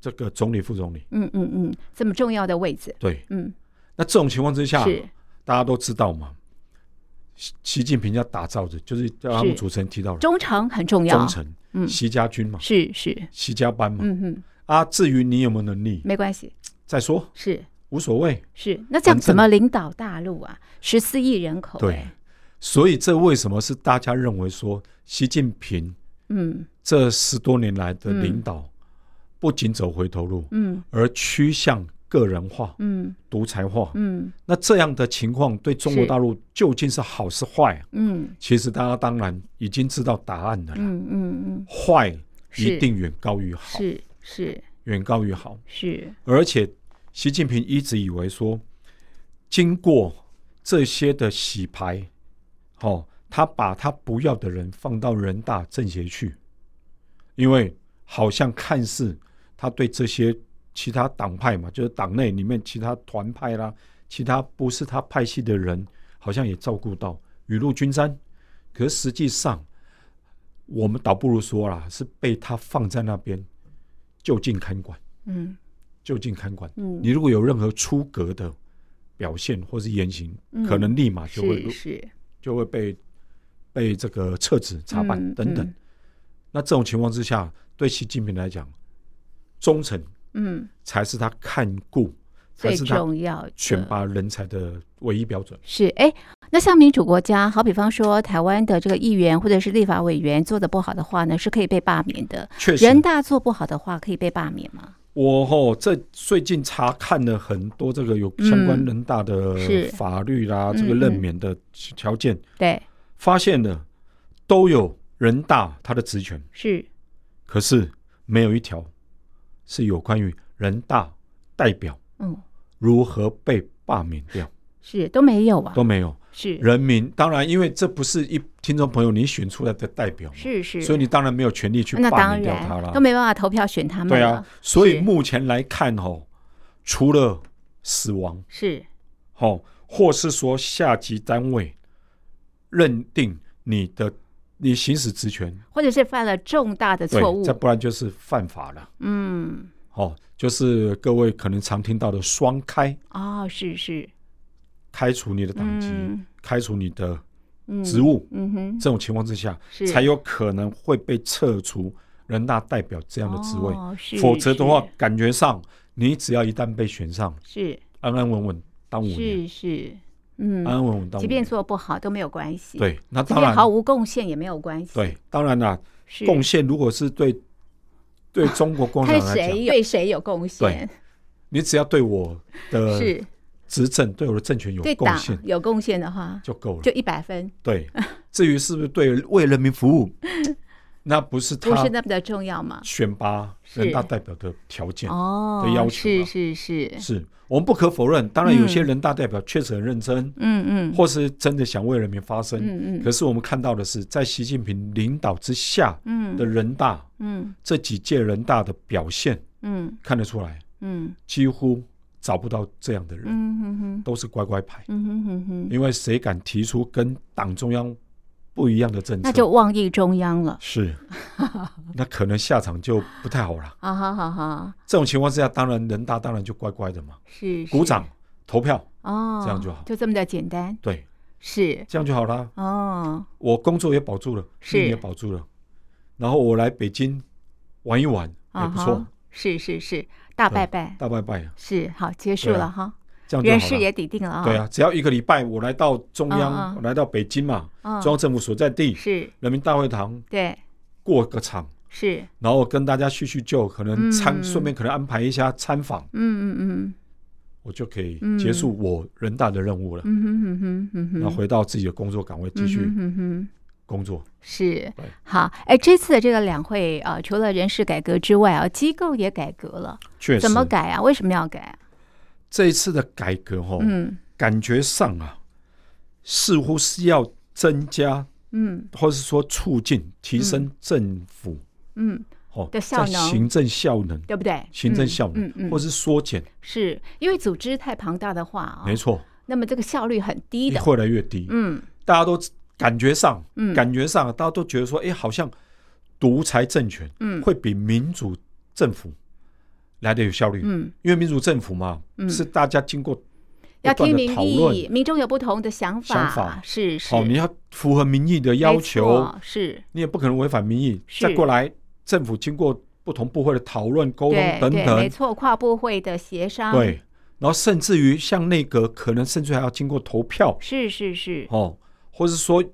Speaker 2: 这个总理、副总理。
Speaker 1: 嗯嗯嗯，这么重要的位置，
Speaker 2: 对，
Speaker 1: 嗯
Speaker 2: 那这种情况之下，
Speaker 1: 是
Speaker 2: 大家都知道嘛，习习近平要打造的，就是他
Speaker 1: 是
Speaker 2: 们主持人提到的
Speaker 1: 忠诚很重要
Speaker 2: 忠，诚、
Speaker 1: 嗯
Speaker 2: 习家军嘛，
Speaker 1: 是是，
Speaker 2: 习家班嘛。
Speaker 1: 嗯嗯，
Speaker 2: 啊，至于你有没有能力，
Speaker 1: 没关系，
Speaker 2: 再说
Speaker 1: 是。
Speaker 2: 无所谓。
Speaker 1: 是，那这样怎
Speaker 2: 反正
Speaker 1: 么领导大陆啊？十四亿人口、
Speaker 2: 对
Speaker 1: 哎，
Speaker 2: 所以这为什么是大家认为说习近平
Speaker 1: 嗯
Speaker 2: 这十多年来的领导，不仅走回头路，
Speaker 1: 嗯
Speaker 2: 而趋向个人化、
Speaker 1: 嗯
Speaker 2: 独裁化。
Speaker 1: 嗯
Speaker 2: 那这样的情况对中国大陆究竟是好是坏？啊
Speaker 1: 嗯
Speaker 2: 其实大家当然已经知道答案了啦，
Speaker 1: 嗯嗯嗯，
Speaker 2: 坏
Speaker 1: 是
Speaker 2: 一定远高于好，
Speaker 1: 是是
Speaker 2: 远高于好。
Speaker 1: 是，
Speaker 2: 而且习近平一直以为说，经过这些的洗牌，哦，他把他不要的人放到人大政协去，因为好像看似他对这些其他党派嘛，就是党内里面其他团派啦，其他不是他派系的人，好像也照顾到，雨露均沾。可是实际上，我们倒不如说啦，是被他放在那边就近看管。
Speaker 1: 嗯
Speaker 2: 就近看管。
Speaker 1: 嗯
Speaker 2: 你如果有任何出格的表现或是言行，
Speaker 1: 嗯
Speaker 2: 可能立马就会
Speaker 1: 是是
Speaker 2: 就会被被这个撤职、查办、
Speaker 1: 嗯
Speaker 2: 等等。
Speaker 1: 嗯
Speaker 2: 那这种情况之下，对习近平来讲，忠诚
Speaker 1: 嗯
Speaker 2: 才是他看顾，才
Speaker 1: 最
Speaker 2: 是他
Speaker 1: 重要的
Speaker 2: 选拔人才的唯一标准。
Speaker 1: 是哎。那像民主国家，好比方说台湾的这个议员或者是立法委员做的不好的话呢，是可以被罢免的。
Speaker 2: 确实
Speaker 1: 人，大做不好的话，可以被罢免吗？
Speaker 2: 我吼、这最近查看了很多这个有相关
Speaker 1: 嗯
Speaker 2: 人大的
Speaker 1: 是
Speaker 2: 法律啦、这
Speaker 1: 嗯
Speaker 2: 个
Speaker 1: 嗯嗯
Speaker 2: 任免的条件，
Speaker 1: 对，
Speaker 2: 发现了都有人大他的职权。
Speaker 1: 是
Speaker 2: 可是没有一条是有关于人大代表
Speaker 1: 嗯
Speaker 2: 如何被罢免掉，
Speaker 1: 是都没有啊，
Speaker 2: 都没有。
Speaker 1: 是
Speaker 2: 人民当然，因为这不是一听众朋友你选出来的代表嘛，
Speaker 1: 是是，
Speaker 2: 所以你当然没有权利去
Speaker 1: 那
Speaker 2: 罢
Speaker 1: 当
Speaker 2: 免掉他
Speaker 1: 然
Speaker 2: 啦
Speaker 1: 都。没办法投票选他们
Speaker 2: 对
Speaker 1: 了
Speaker 2: 啊，，所以
Speaker 1: 是
Speaker 2: 目前来看哦，除了死亡
Speaker 1: 是
Speaker 2: 哦，或是说下级单位认定你的你行使职权，
Speaker 1: 或者是犯了重大的
Speaker 2: 对
Speaker 1: 错，误
Speaker 2: 再，不然就是犯法了。
Speaker 1: 嗯，
Speaker 2: 哦，就是各位可能常听到的双开，
Speaker 1: 哦，是是，
Speaker 2: 开除你的党籍，
Speaker 1: 嗯
Speaker 2: 开除你的
Speaker 1: 嗯，
Speaker 2: 职务，
Speaker 1: 嗯哼，
Speaker 2: 这种情况之下，
Speaker 1: 是
Speaker 2: 才有可能会被撤除人大代表这样的职位。
Speaker 1: 哦、是
Speaker 2: 否则的话
Speaker 1: 是，
Speaker 2: 感觉上你只要一旦被选上，安安稳稳当五年，
Speaker 1: 是是是，嗯，
Speaker 2: 安安稳稳当五
Speaker 1: 即便
Speaker 2: 年。
Speaker 1: 做不好都没有关系，，
Speaker 2: 对，那
Speaker 1: 即
Speaker 2: 当
Speaker 1: 便
Speaker 2: 然
Speaker 1: 毫无贡献也没有关系，，
Speaker 2: 对，当然啦，
Speaker 1: 是
Speaker 2: 贡献如果
Speaker 1: *laughs*
Speaker 2: 是对对中国共
Speaker 1: 看
Speaker 2: 产党来讲，
Speaker 1: 谁对谁有贡献，
Speaker 2: 你只要对我的
Speaker 1: 是
Speaker 2: 执政、对我的政权有
Speaker 1: 对
Speaker 2: 呃贡
Speaker 1: 党
Speaker 2: 献
Speaker 1: 有贡献的话，
Speaker 2: 就够了
Speaker 1: 就。一百分， *laughs*
Speaker 2: 对，至于是不是对为人民服务，那不是
Speaker 1: 不
Speaker 2: 他
Speaker 1: 是那么的重要嘛？
Speaker 2: 选拔人大
Speaker 1: 是
Speaker 2: 代表的条件。
Speaker 1: 哦，
Speaker 2: 的要求
Speaker 1: 是
Speaker 2: 嘛
Speaker 1: 是是，
Speaker 2: 是我们不可否认，当然有些
Speaker 1: 嗯
Speaker 2: 人大代表确实很认真，
Speaker 1: 嗯嗯
Speaker 2: 或是真的想为人民发声。
Speaker 1: 嗯嗯
Speaker 2: 可是我们看到的是，在习近平领导之下的
Speaker 1: 嗯
Speaker 2: 人大
Speaker 1: 嗯
Speaker 2: 这几届人大的表现，
Speaker 1: 嗯
Speaker 2: 看得出来，
Speaker 1: 嗯
Speaker 2: 几乎找不到这样的人，
Speaker 1: 嗯哼哼
Speaker 2: 都是乖乖牌。
Speaker 1: 嗯哼哼哼，
Speaker 2: 因为谁敢提出跟党中央不一样的政策，
Speaker 1: 那就妄议中央了。 *laughs*
Speaker 2: 是，那可能下场就不太好了。
Speaker 1: 啊哈哈哈，
Speaker 2: 这种情况之下，当然人大当然就乖乖的嘛，
Speaker 1: 是是
Speaker 2: 鼓掌投票，
Speaker 1: 哦，
Speaker 2: 这样就好
Speaker 1: 就这么的简单，
Speaker 2: 对，
Speaker 1: 是
Speaker 2: 这样就好啦。
Speaker 1: 哦，
Speaker 2: 我工作也保住了，
Speaker 1: 是
Speaker 2: 命也保住了，然后我来北京玩一玩也
Speaker 1: 啊
Speaker 2: 不
Speaker 1: 哈，
Speaker 2: 错，
Speaker 1: 是是是，大
Speaker 2: 对
Speaker 1: 拜拜，
Speaker 2: 大拜拜啊，
Speaker 1: 是好结束
Speaker 2: 对啊
Speaker 1: 了哈，
Speaker 2: 这样就
Speaker 1: 人
Speaker 2: 好
Speaker 1: 事
Speaker 2: 了。
Speaker 1: 也抵定了啊，
Speaker 2: 对啊，只要一个礼拜，我来到中
Speaker 1: 嗯嗯
Speaker 2: 央，我来到北京嘛，
Speaker 1: 嗯，
Speaker 2: 中央政府所在地
Speaker 1: 是，
Speaker 2: 人民大会堂
Speaker 1: 对，
Speaker 2: 过个场，
Speaker 1: 是，
Speaker 2: 然后跟大家叙叙旧，可能参
Speaker 1: 嗯
Speaker 2: 顺便可能安排一下参访，
Speaker 1: 嗯嗯嗯
Speaker 2: 我就可以
Speaker 1: 嗯
Speaker 2: 结束我人大的任务了。
Speaker 1: 嗯哼哼哼哼哼，
Speaker 2: 然后回到自己的工作岗位继续
Speaker 1: 嗯哼哼哼
Speaker 2: 工作。
Speaker 1: 是
Speaker 2: 对
Speaker 1: 好，哎，这次的这个两会啊、呃除了人事改革之外啊，机构也改革了，
Speaker 2: 确实，
Speaker 1: 怎么改啊？为什么要改啊？
Speaker 2: 这一次的改革哦，
Speaker 1: 嗯
Speaker 2: 感觉上啊，似乎是要增加
Speaker 1: 嗯
Speaker 2: 或是说促进提升政府、
Speaker 1: 嗯，
Speaker 2: 哦
Speaker 1: 的效能
Speaker 2: 在行政效能、
Speaker 1: 对不对？
Speaker 2: 行政效能，
Speaker 1: 嗯嗯嗯
Speaker 2: 或是缩减，
Speaker 1: 是因为组织太庞大的话啊、
Speaker 2: 没错，
Speaker 1: 那么这个效率很低的。
Speaker 2: 会越来越低。
Speaker 1: 嗯
Speaker 2: 大家都感觉上，
Speaker 1: 嗯
Speaker 2: 感觉上大家都觉得说，哎，好像独裁政权
Speaker 1: 嗯
Speaker 2: 会比民主政府来的有效率，
Speaker 1: 嗯，
Speaker 2: 因为民主政府嘛，
Speaker 1: 嗯
Speaker 2: 是大家经过
Speaker 1: 要
Speaker 2: 不
Speaker 1: 听
Speaker 2: 断的
Speaker 1: 民
Speaker 2: 讨论
Speaker 1: 意，。民众有不同的想法，
Speaker 2: 想法
Speaker 1: 是是
Speaker 2: 哦，你要符合民意的要
Speaker 1: 没
Speaker 2: 求，
Speaker 1: 错是
Speaker 2: 你也不可能违反民意。
Speaker 1: 是
Speaker 2: 再过来，政府经过不同部会的讨论、沟
Speaker 1: 对
Speaker 2: 通等
Speaker 1: 对，没
Speaker 2: 等，
Speaker 1: 错，跨部会的协商，
Speaker 2: 对，然后甚至于像内阁，可能甚至还要经过投票
Speaker 1: 是是是，
Speaker 2: 哦，或是说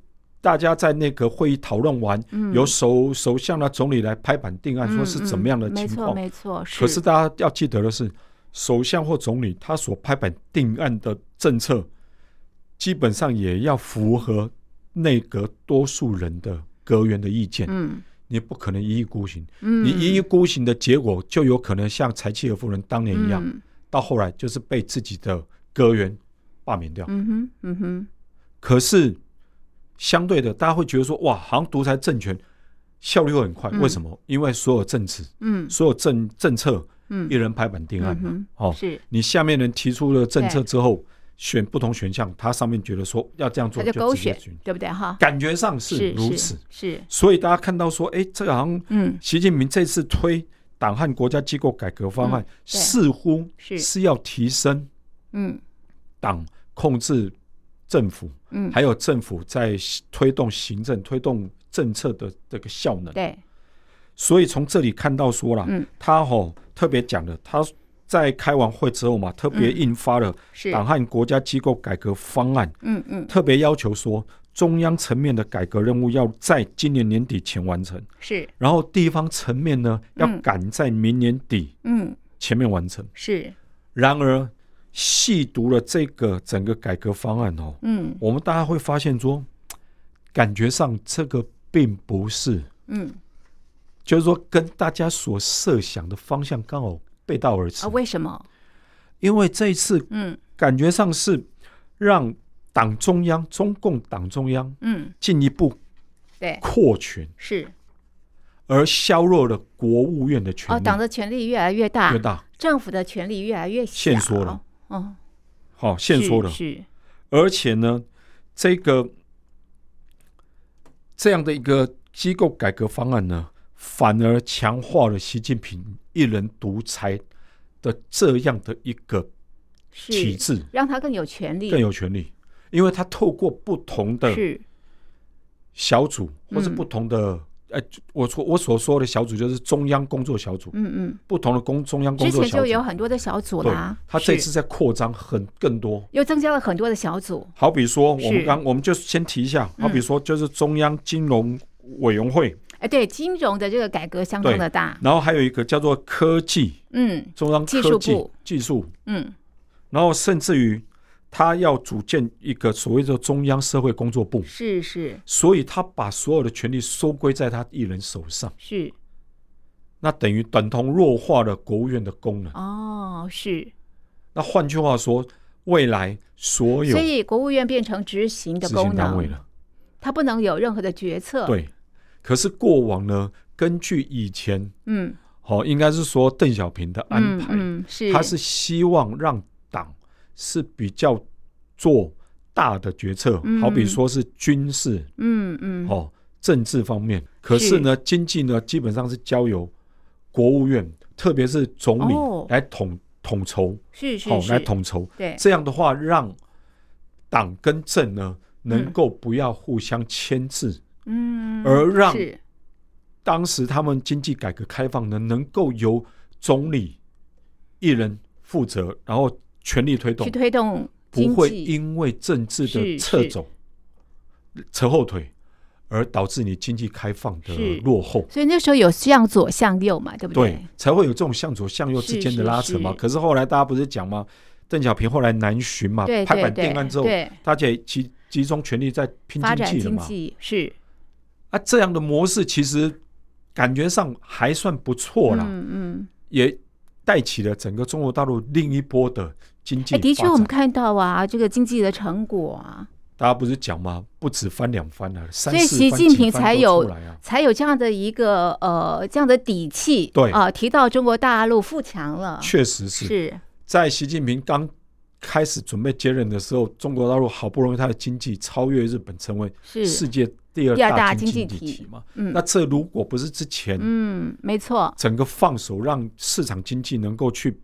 Speaker 2: 大家在内阁会议讨论完，
Speaker 1: 嗯
Speaker 2: 由首首相啊、总理来拍板定案，
Speaker 1: 嗯
Speaker 2: 说是怎么样的
Speaker 1: 嗯没
Speaker 2: 情
Speaker 1: 错
Speaker 2: 况。
Speaker 1: 没错，
Speaker 2: 可是大家要记得的是，首相或总理他所拍板定案的政策，基本上也要符合内阁多数人的阁员的意见，
Speaker 1: 嗯
Speaker 2: 你不可能一意孤行。
Speaker 1: 嗯，
Speaker 2: 你一意孤行的结果，就有可能像柴契尔夫人当年一样，
Speaker 1: 嗯
Speaker 2: 到后来就是被自己的阁员罢免掉。
Speaker 1: 嗯哼嗯哼，
Speaker 2: 可是相对的，大家会觉得说，哇，好像独裁政权效率会很快，
Speaker 1: 嗯
Speaker 2: 为什么？因为所有政治、
Speaker 1: 嗯
Speaker 2: 所有政政策，
Speaker 1: 嗯
Speaker 2: 一人拍板定案
Speaker 1: 嗯
Speaker 2: 嘛。
Speaker 1: 哼，
Speaker 2: 哦，
Speaker 1: 是，
Speaker 2: 你下面人提出了政策之后，选不同选项，他上面觉得说要这样
Speaker 1: 他
Speaker 2: 做
Speaker 1: 就
Speaker 2: 就
Speaker 1: 勾
Speaker 2: 直接
Speaker 1: 选
Speaker 2: 选，，
Speaker 1: 对不对哈？
Speaker 2: 感觉上是如此。
Speaker 1: 是，是
Speaker 2: 所以大家看到说，哎，这个好像
Speaker 1: 嗯
Speaker 2: 习近平这次推党和国家机构改革方案，
Speaker 1: 嗯对
Speaker 2: 似乎
Speaker 1: 是
Speaker 2: 是要提升
Speaker 1: 嗯
Speaker 2: 党控制政府，
Speaker 1: 嗯，
Speaker 2: 还有政府在推动行政、推动政策的这个效能。
Speaker 1: 对，
Speaker 2: 所以从这里看到说啦，
Speaker 1: 嗯
Speaker 2: 他吼、特别讲的，他在开完会之后嘛，特别
Speaker 1: 嗯
Speaker 2: 印发了。
Speaker 1: 是，
Speaker 2: 党和国家机构改革方案，
Speaker 1: 嗯嗯
Speaker 2: 特别要求说，中央层面的改革任务要在今年年底前完成，
Speaker 1: 是，
Speaker 2: 然后地方层面呢，要
Speaker 1: 嗯
Speaker 2: 赶在明年底
Speaker 1: 嗯
Speaker 2: 前面完成。
Speaker 1: 是，
Speaker 2: 然而，细读了这个整个改革方案哦，
Speaker 1: 嗯
Speaker 2: 我们大家会发现说，感觉上这个并不是，
Speaker 1: 嗯
Speaker 2: 就是说跟大家所设想的方向刚好背道而驰
Speaker 1: 啊，，为什么？
Speaker 2: 因为这一次
Speaker 1: 嗯
Speaker 2: 感觉上是让党中央、中共党中央
Speaker 1: 嗯，
Speaker 2: 进一步
Speaker 1: 对，
Speaker 2: 扩权，
Speaker 1: 是，
Speaker 2: 而削弱了国务院的权
Speaker 1: 哦，
Speaker 2: 力
Speaker 1: 党的权力越来越大，
Speaker 2: 越大，
Speaker 1: 政府的权力越来越小，
Speaker 2: 限缩了，
Speaker 1: 哦，
Speaker 2: 好、限缩了。
Speaker 1: 是，是
Speaker 2: 而且呢，这个这样的一个机构改革方案呢，反而强化了习近平一人独裁的这样的一个体
Speaker 1: 是
Speaker 2: 制，
Speaker 1: 让他更有权利，
Speaker 2: 更有权利，因为他透过不同的
Speaker 1: 是
Speaker 2: 小组或是
Speaker 1: 嗯
Speaker 2: 不同的。哎，我说我所说的小组就是中央工作小组，
Speaker 1: 嗯
Speaker 2: 不同的工中央
Speaker 1: 嗯，之
Speaker 2: 工作
Speaker 1: 前
Speaker 2: 小
Speaker 1: 就有
Speaker 2: 组。
Speaker 1: 很多的小组
Speaker 2: 对
Speaker 1: 啦，，
Speaker 2: 他这
Speaker 1: 是
Speaker 2: 次在扩张很更多。
Speaker 1: 又增加了很多的小组，
Speaker 2: 好比说，我
Speaker 1: 是
Speaker 2: 们刚我们就先提一下，
Speaker 1: 嗯
Speaker 2: 好比说就是中央金融委员会，
Speaker 1: 哎，对，金融的这个改革相当
Speaker 2: 对
Speaker 1: 的大，
Speaker 2: 然后还有一个叫做科技
Speaker 1: 嗯
Speaker 2: 中央科
Speaker 1: 技术
Speaker 2: 技
Speaker 1: 部
Speaker 2: 技术，
Speaker 1: 嗯，
Speaker 2: 然后甚至于他要组建一个所谓的中央社会工作部，
Speaker 1: 是是
Speaker 2: 所以他把所有的权力收归在他一人手上，
Speaker 1: 是，
Speaker 2: 那等于等同弱化了国务院的功能。
Speaker 1: 哦是，
Speaker 2: 那换句话说，未来所有
Speaker 1: 所以国务院变成执行的
Speaker 2: 执
Speaker 1: 功
Speaker 2: 行单位
Speaker 1: 能，
Speaker 2: 了，
Speaker 1: 它不能有任何的决策，，
Speaker 2: 对。可是过往呢，根据以前
Speaker 1: 嗯
Speaker 2: 好、应该是说邓小平的安
Speaker 1: 嗯
Speaker 2: 排，
Speaker 1: 嗯是，
Speaker 2: 他是希望让党是比较做大的决策，
Speaker 1: 嗯
Speaker 2: 好比说是军事
Speaker 1: 嗯嗯
Speaker 2: 哦政治方面，可是呢经济呢基本上是交由国务院，特别是总理
Speaker 1: 哦
Speaker 2: 来统、统筹，
Speaker 1: 是
Speaker 2: 好、
Speaker 1: 是是
Speaker 2: 来，统筹。
Speaker 1: 对，
Speaker 2: 这样的话，让党跟政呢能够不要互相牵制，
Speaker 1: 嗯，
Speaker 2: 而让
Speaker 1: 是
Speaker 2: 当时他们经济改革开放呢，能够由总理一人负责，然后全力推动
Speaker 1: 去，推动
Speaker 2: 不
Speaker 1: 经
Speaker 2: 会
Speaker 1: 济，
Speaker 2: 因为政治
Speaker 1: 是
Speaker 2: 的撤走、扯后腿，而导致你经济开放
Speaker 1: 是
Speaker 2: 的落后。
Speaker 1: 所以那时候有向左向右嘛，对不
Speaker 2: 对，才会有这种向左向右之间的拉扯嘛。
Speaker 1: 是是是
Speaker 2: 可是后来大家不是讲吗？邓小平后来南巡嘛，
Speaker 1: 对
Speaker 2: 啊拍
Speaker 1: 对
Speaker 2: 板
Speaker 1: 对
Speaker 2: 定案之后，
Speaker 1: 对，
Speaker 2: 大家也集集中全力在拼
Speaker 1: 发
Speaker 2: 经
Speaker 1: 展
Speaker 2: 济了
Speaker 1: 经
Speaker 2: 嘛。
Speaker 1: 济是
Speaker 2: 啊，这样的模式其实感觉上还算不错啦。
Speaker 1: 嗯嗯，
Speaker 2: 也带起了整个中国大陆另一波的经济
Speaker 1: 哎，
Speaker 2: 发展。
Speaker 1: 的确我们看到啊，这个经济的成果啊，
Speaker 2: 大家不是讲吗？不止翻两翻啊，三
Speaker 1: 所以
Speaker 2: 四番
Speaker 1: 习近平
Speaker 2: 几番都
Speaker 1: 才有
Speaker 2: 出来啊。
Speaker 1: 才有这样的一个呃这样的底气，
Speaker 2: 对
Speaker 1: 啊、提到中国大陆富强了，
Speaker 2: 确实
Speaker 1: 啊
Speaker 2: 是
Speaker 1: 是
Speaker 2: 在习近平刚开始准备接任的时候，中国大陆好不容易它的经济超越日本，成为
Speaker 1: 是
Speaker 2: 世界第二
Speaker 1: 第二大
Speaker 2: 经济
Speaker 1: 经济体
Speaker 2: 体嘛。
Speaker 1: 嗯
Speaker 2: 那这如果不是之前
Speaker 1: 嗯，没错，
Speaker 2: 整个放手让市场经济能够去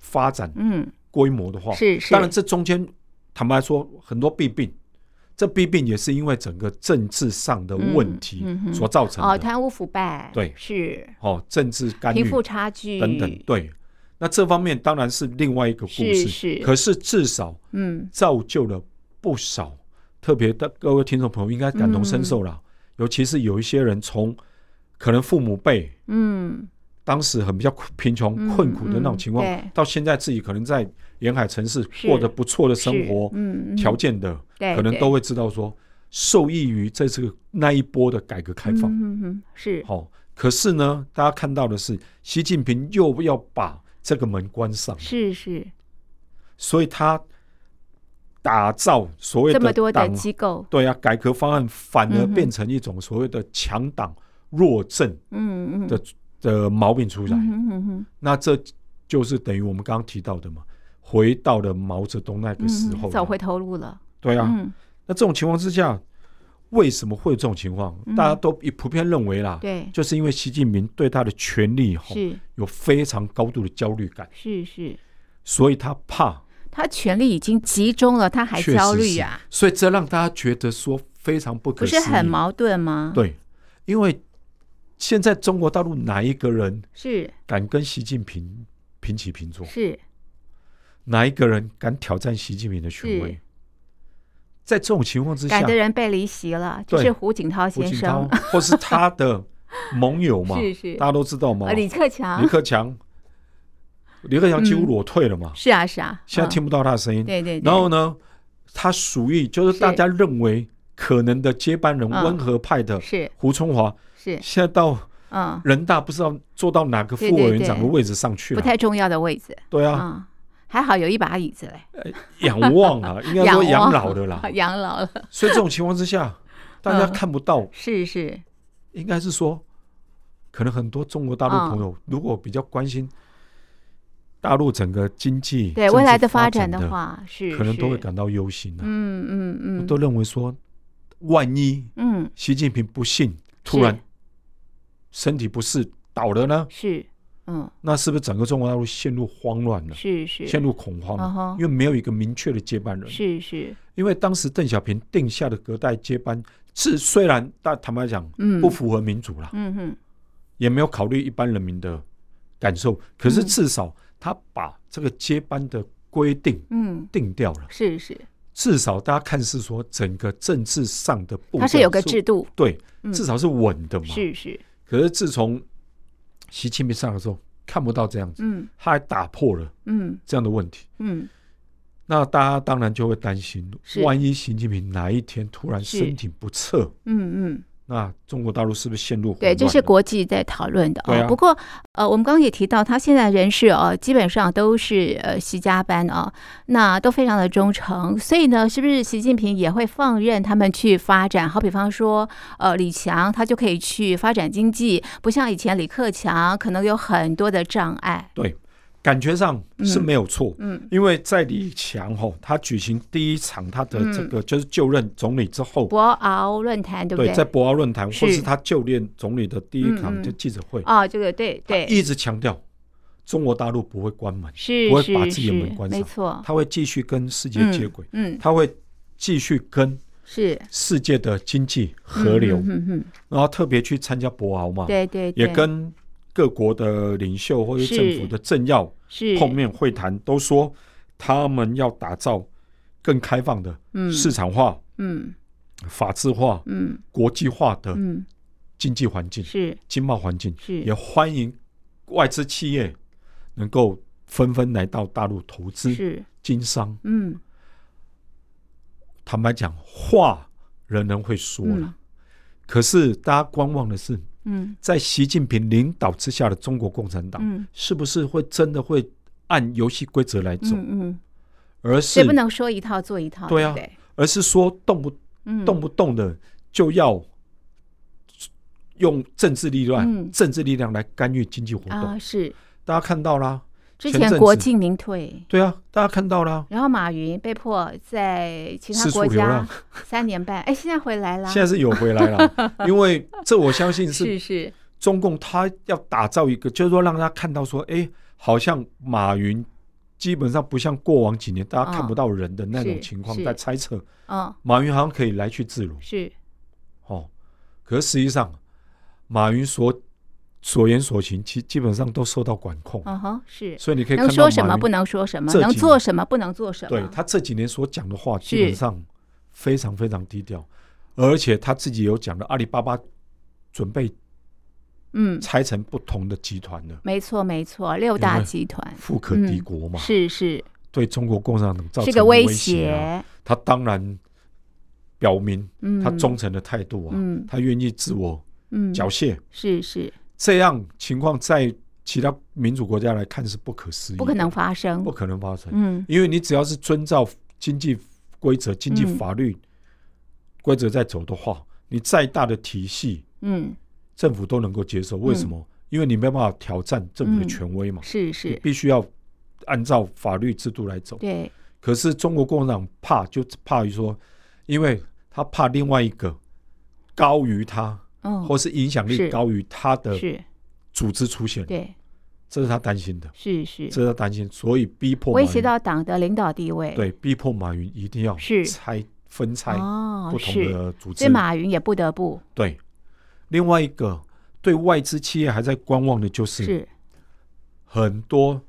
Speaker 2: 发展
Speaker 1: 嗯，
Speaker 2: 规模的话，
Speaker 1: 是是
Speaker 2: 哦当然，这中间坦白说，很多弊病，这弊病也是因为整个政治上的问题
Speaker 1: 嗯嗯哼
Speaker 2: 所造成
Speaker 1: 哦，
Speaker 2: 的。
Speaker 1: 贪污腐败，
Speaker 2: 对
Speaker 1: 是
Speaker 2: 哦，政治干
Speaker 1: 贫
Speaker 2: 预
Speaker 1: 富差距
Speaker 2: 等等，，对。那这方面当然是另外一个故
Speaker 1: 是
Speaker 2: 事，
Speaker 1: 是
Speaker 2: 可是至少
Speaker 1: 嗯，
Speaker 2: 造就了不少，特别的各位听众朋友应该感同身受啦。
Speaker 1: 嗯
Speaker 2: 尤其是有一些人从可能父母辈
Speaker 1: 嗯，
Speaker 2: 当时很比较苦贫穷、
Speaker 1: 嗯
Speaker 2: 困苦的那
Speaker 1: 嗯
Speaker 2: 种情况，
Speaker 1: 对
Speaker 2: 到现在自己可能在沿海城市
Speaker 1: 是
Speaker 2: 过得不错的生
Speaker 1: 是
Speaker 2: 活，
Speaker 1: 嗯，嗯
Speaker 2: 条件的，
Speaker 1: 对
Speaker 2: 可能
Speaker 1: 对
Speaker 2: 都会知道说受益于这次那一波的改革开放。
Speaker 1: 嗯嗯嗯，是
Speaker 2: 好、可是呢，大家看到的是，习近平又要把这个门关上，
Speaker 1: 是是，
Speaker 2: 所以他打造所谓
Speaker 1: 这么
Speaker 2: 的
Speaker 1: 多的
Speaker 2: 党，
Speaker 1: 机构，
Speaker 2: 对啊，改革方案反而
Speaker 1: 嗯哼
Speaker 2: 变成一种所谓的强党弱政
Speaker 1: 嗯嗯，
Speaker 2: 的、的毛病出来。
Speaker 1: 嗯嗯嗯嗯，
Speaker 2: 那这就是等于我们刚刚提到的嘛，回到了毛泽东那个
Speaker 1: 嗯
Speaker 2: 时候了、
Speaker 1: 走回头路了，
Speaker 2: 对啊，
Speaker 1: 嗯，
Speaker 2: 那这种情况之下，为什么会有这种情况？
Speaker 1: 嗯
Speaker 2: 大家都也普遍认为啦，
Speaker 1: 对，
Speaker 2: 就是因为习近平对他的权力吼
Speaker 1: 是
Speaker 2: 有非常高度的焦虑感，
Speaker 1: 是是，
Speaker 2: 所以他怕，
Speaker 1: 他权力已经集中了，他还
Speaker 2: 确实
Speaker 1: 焦虑
Speaker 2: 是
Speaker 1: 啊，
Speaker 2: 所以这让大家觉得说非常不
Speaker 1: 不
Speaker 2: 可思
Speaker 1: 是
Speaker 2: 议，
Speaker 1: 很矛盾吗？，
Speaker 2: 对，因为现在中国大陆哪一个人
Speaker 1: 是
Speaker 2: 敢跟习近平平起平坐？
Speaker 1: 是，
Speaker 2: 哪一个人敢挑战习近平的权威
Speaker 1: 是？
Speaker 2: 在这种情况之下，
Speaker 1: 敢的人被离席了，就
Speaker 2: 对
Speaker 1: 是胡锦涛
Speaker 2: 胡
Speaker 1: 先
Speaker 2: 锦
Speaker 1: 生啊
Speaker 2: 涛，或是他的盟友
Speaker 1: *laughs*
Speaker 2: 嘛，
Speaker 1: 是是
Speaker 2: 大家都知道嘛，
Speaker 1: 啊，李克
Speaker 2: 李
Speaker 1: 强，
Speaker 2: 克强，李克强几乎
Speaker 1: 嗯
Speaker 2: 裸退了嘛，
Speaker 1: 是啊是啊，
Speaker 2: 现
Speaker 1: 嗯
Speaker 2: 在听不到他的声音。
Speaker 1: 对对，对
Speaker 2: 然后呢，他属于就是大
Speaker 1: 是
Speaker 2: 家认为可能的接班人
Speaker 1: 嗯
Speaker 2: 温和派的
Speaker 1: 是
Speaker 2: 胡春华，
Speaker 1: 是
Speaker 2: 现在到
Speaker 1: 嗯，
Speaker 2: 人大不知道做到哪个副
Speaker 1: 对对
Speaker 2: 委员长的
Speaker 1: 对
Speaker 2: 位置上去
Speaker 1: 不
Speaker 2: 了。
Speaker 1: 太重要的位置
Speaker 2: 对啊，
Speaker 1: 啊，还好有一把椅子嘞，
Speaker 2: 仰
Speaker 1: *laughs*
Speaker 2: 望啊，应该说养老的啦。
Speaker 1: 养老了，
Speaker 2: 所以这种情况之下，大家
Speaker 1: 嗯
Speaker 2: 看不到，
Speaker 1: 是是，
Speaker 2: 应该是说，可能很多中国大陆
Speaker 1: 嗯
Speaker 2: 朋友如果比较关心大陆整个经济
Speaker 1: 对
Speaker 2: 政
Speaker 1: 未
Speaker 2: 治
Speaker 1: 来的
Speaker 2: 发
Speaker 1: 展
Speaker 2: 的
Speaker 1: 的，话，是
Speaker 2: 可能都会
Speaker 1: 是
Speaker 2: 感到忧心啊。
Speaker 1: 嗯嗯嗯，
Speaker 2: 都认为说，万一
Speaker 1: 嗯，
Speaker 2: 习近平不幸突然身体不适倒了呢？
Speaker 1: 是，嗯，
Speaker 2: 那是不是整个中国大陆陷入慌乱了？
Speaker 1: 是是，
Speaker 2: 陷入恐慌了
Speaker 1: 嗯哼
Speaker 2: 因为没有一个明确的接班人。
Speaker 1: 是是，
Speaker 2: 因为当时邓小平定下的隔代接班是虽然大坦白讲
Speaker 1: 嗯，
Speaker 2: 不符合民主啦，
Speaker 1: 嗯哼，
Speaker 2: 也没有考虑一般人民的感受，可是
Speaker 1: 嗯
Speaker 2: 至少他把这个接班的规定
Speaker 1: 嗯，
Speaker 2: 定掉了，
Speaker 1: 是是，
Speaker 2: 至少大家看是说整个政治上的步骤
Speaker 1: 它是有个制度，
Speaker 2: 对
Speaker 1: 嗯，
Speaker 2: 至少是稳的嘛。
Speaker 1: 是是，
Speaker 2: 可是自从习近平上来之后，看不到这样子，
Speaker 1: 嗯
Speaker 2: 他还打破了
Speaker 1: 嗯
Speaker 2: 这样的问题。
Speaker 1: 嗯，
Speaker 2: 那大家当然就会担心
Speaker 1: 是，
Speaker 2: 万一习近平哪一天突然
Speaker 1: 是
Speaker 2: 身体不测，
Speaker 1: 嗯嗯，
Speaker 2: 那中国大陆是不是陷入混
Speaker 1: 对，
Speaker 2: 乱
Speaker 1: 这是
Speaker 2: 了
Speaker 1: 国际在讨论的
Speaker 2: 对啊
Speaker 1: 不过呃，我们刚刚也提到，他现在人士哦，基本上都是呃习家班哦，那都非常的忠诚，所以呢，是不是习近平也会放任他们去发展？好比方说，呃，李强他就可以去发展经济，不像以前李克强可能有很多的障碍。
Speaker 2: 对，感觉上是没有错。
Speaker 1: 嗯
Speaker 2: 因为在李强吼，他举行第一场他的这个就是就任总理之后，
Speaker 1: 博鳌论坛嗯对不
Speaker 2: 对，在博鳌论坛
Speaker 1: 是
Speaker 2: 或是他就任总理的第一
Speaker 1: 嗯
Speaker 2: 场
Speaker 1: 嗯
Speaker 2: 就记者会，
Speaker 1: 哦，这个对
Speaker 2: 他
Speaker 1: 对，
Speaker 2: 一直强调中国大陆不会关门，
Speaker 1: 是
Speaker 2: 不会
Speaker 1: 是
Speaker 2: 把自己的
Speaker 1: 是
Speaker 2: 门关
Speaker 1: 没
Speaker 2: 上
Speaker 1: 错，
Speaker 2: 他会继续跟世界接轨，
Speaker 1: 嗯，嗯，
Speaker 2: 他会继续跟
Speaker 1: 是
Speaker 2: 世界的经济河流，
Speaker 1: 嗯嗯嗯
Speaker 2: 然后特别去参加博鳌嘛
Speaker 1: 嗯，对对对，
Speaker 2: 也跟各国的领袖或者
Speaker 1: 是
Speaker 2: 政府的政要
Speaker 1: 是
Speaker 2: 碰面会谈，都说他们要打造更开放的、
Speaker 1: 嗯
Speaker 2: 市场化、
Speaker 1: 嗯
Speaker 2: 法治化、
Speaker 1: 嗯
Speaker 2: 国际化的
Speaker 1: 嗯
Speaker 2: 经济环境、
Speaker 1: 是
Speaker 2: 经贸环境，
Speaker 1: 是
Speaker 2: 也欢迎外资企业能够纷纷来到大陆投资、
Speaker 1: 是
Speaker 2: 经商。
Speaker 1: 嗯
Speaker 2: 坦白讲，话人人会说了，
Speaker 1: 嗯
Speaker 2: 可是大家观望的是，
Speaker 1: 嗯
Speaker 2: 在习近平领导之下的中国共产党，
Speaker 1: 嗯
Speaker 2: 是不是会真的会按游戏规则来走，
Speaker 1: 嗯嗯，
Speaker 2: 而是
Speaker 1: 所以不能说一套做一套，
Speaker 2: 对啊
Speaker 1: 不
Speaker 2: 而是说动不
Speaker 1: 嗯，
Speaker 2: 动不动的就要用政治力量、
Speaker 1: 嗯
Speaker 2: 政治力量来干预经济活动。
Speaker 1: 啊是
Speaker 2: 大家看到啦，
Speaker 1: 之
Speaker 2: 前
Speaker 1: 前
Speaker 2: 阵
Speaker 1: 国
Speaker 2: 子
Speaker 1: 进民退。
Speaker 2: 对啊，大家看到啦，
Speaker 1: 然后马云被迫在其他
Speaker 2: 四处
Speaker 1: 国
Speaker 2: 流
Speaker 1: 家
Speaker 2: 浪
Speaker 1: 三年半，哎，现在回来啦，
Speaker 2: 现在是有回来
Speaker 1: *laughs*
Speaker 2: 了，因为这我相信
Speaker 1: 是
Speaker 2: 是
Speaker 1: 是，
Speaker 2: 中共他要打造一个，就是说让大家看到说，哎、好像马云基本上不像过往几年大家看不到人的那
Speaker 1: 是
Speaker 2: 种情况，
Speaker 1: 啊是
Speaker 2: 在猜测
Speaker 1: 嗯
Speaker 2: 马云好像可以来去自如
Speaker 1: 是，
Speaker 2: 哦，可是实际上马云所所言所行，其基本上都受到管控。
Speaker 1: 嗯哼是，
Speaker 2: 所以你可以看
Speaker 1: 能
Speaker 2: 到
Speaker 1: 说什么
Speaker 2: 马云
Speaker 1: 不能说什么，
Speaker 2: 这
Speaker 1: 能
Speaker 2: 几
Speaker 1: 做
Speaker 2: 年
Speaker 1: 什么不能做什么，
Speaker 2: 对他这几年所讲的话，
Speaker 1: 是
Speaker 2: 基本上非常非常低调，而且他自己有讲了，阿里巴巴准备
Speaker 1: 嗯，
Speaker 2: 拆成不同的集团了，
Speaker 1: 没错没错，六大
Speaker 2: 因为
Speaker 1: 集团
Speaker 2: 富可敌国嘛，
Speaker 1: 是是
Speaker 2: 对中国共产党造成
Speaker 1: 是个
Speaker 2: 威啊。
Speaker 1: 胁，
Speaker 2: 他当然表明
Speaker 1: 嗯，
Speaker 2: 他忠诚的态度啊，
Speaker 1: 嗯
Speaker 2: 他愿意自我
Speaker 1: 嗯
Speaker 2: 缴械，
Speaker 1: 是是
Speaker 2: 这样情况在其他民主国家来看是不可思议，
Speaker 1: 不可能，发生
Speaker 2: 不，可能发生。
Speaker 1: 嗯
Speaker 2: 因为你只要是遵照经济规则、经济
Speaker 1: 嗯
Speaker 2: 法律规则在走的话，你再大的体系，
Speaker 1: 嗯
Speaker 2: 政府都能够接受。为什么？因为你没有办法挑战政府的权威嘛，
Speaker 1: 嗯是
Speaker 2: 你
Speaker 1: 是，
Speaker 2: 必须要按照法律制度来走。
Speaker 1: 对，
Speaker 2: 可是中国共产党怕，就怕于说，因为他怕另外一个高于他，
Speaker 1: 嗯
Speaker 2: 或是影响
Speaker 1: 是
Speaker 2: 力高于他的
Speaker 1: 是，
Speaker 2: 组织出现，
Speaker 1: 对
Speaker 2: 这是他担心的，
Speaker 1: 是是，
Speaker 2: 这是他担心，所以逼迫马
Speaker 1: 威胁
Speaker 2: 云
Speaker 1: 到党的领导地位，
Speaker 2: 对，逼迫马云一定要
Speaker 1: 是
Speaker 2: 拆分拆
Speaker 1: 哦
Speaker 2: 不同
Speaker 1: 是，
Speaker 2: 的组
Speaker 1: 所
Speaker 2: 织。
Speaker 1: 以马云也不得不
Speaker 2: 对，另外一个对外资企业还在观望的就是
Speaker 1: 是
Speaker 2: 很多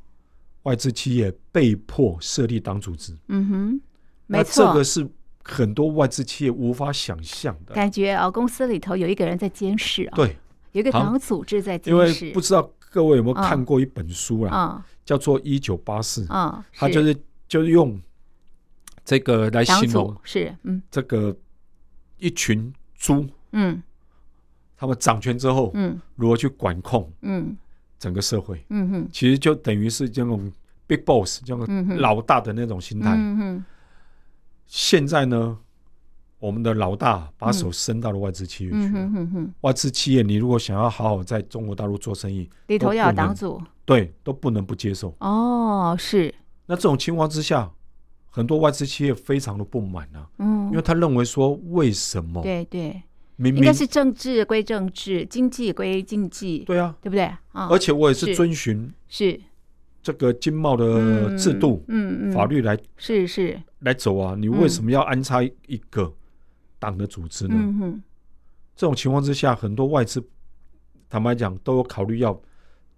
Speaker 2: 外资企业被迫设立党组织，
Speaker 1: 嗯哼，没
Speaker 2: 那这
Speaker 1: 错
Speaker 2: 个。是很多外资企业无法想象的。
Speaker 1: 感觉啊，公司里头有一个人在监视啊，，
Speaker 2: 对，
Speaker 1: 有一个
Speaker 2: 好像
Speaker 1: 党组织在监
Speaker 2: 因为
Speaker 1: 视，
Speaker 2: 不知道各位有没有
Speaker 1: 嗯
Speaker 2: 看过一本书啦，
Speaker 1: 啊
Speaker 2: 叫做《一九八四》，
Speaker 1: 啊，
Speaker 2: 它就是就是用这个来
Speaker 1: 党
Speaker 2: 形容
Speaker 1: 组是，嗯
Speaker 2: 这个一群猪，
Speaker 1: 嗯
Speaker 2: 他们掌权之后
Speaker 1: 嗯
Speaker 2: 如何去管控
Speaker 1: 嗯
Speaker 2: 整个社会。
Speaker 1: 嗯嗯
Speaker 2: 其实就等于是这种 big boss 这种
Speaker 1: 嗯哼
Speaker 2: 老大的那种心态。
Speaker 1: 嗯嗯
Speaker 2: 现在呢，我们的老大把手伸到了外资企业去了
Speaker 1: 嗯哼哼哼，
Speaker 2: 外资企业，你如果想要好好在中国大陆做生意，
Speaker 1: 里头
Speaker 2: 都
Speaker 1: 要有
Speaker 2: 不能
Speaker 1: 党组
Speaker 2: 对，都不能不接受。
Speaker 1: 哦，是
Speaker 2: 那这种情况之下，很多外资企业非常的不满啊，
Speaker 1: 嗯
Speaker 2: 因为他认为说为什么
Speaker 1: 对对，
Speaker 2: 明
Speaker 1: 应
Speaker 2: 明
Speaker 1: 该是政治归政治，经济归经济，
Speaker 2: 对啊，
Speaker 1: 对不对啊？
Speaker 2: 而且我也
Speaker 1: 是
Speaker 2: 是遵循
Speaker 1: 是
Speaker 2: 这个经贸的
Speaker 1: 嗯
Speaker 2: 制度、
Speaker 1: 嗯嗯，
Speaker 2: 法律来
Speaker 1: 是是，
Speaker 2: 来走啊，你为什么要安插一个党的组织呢？
Speaker 1: 嗯嗯，
Speaker 2: 这种情况之下，很多外资坦白讲都有考虑要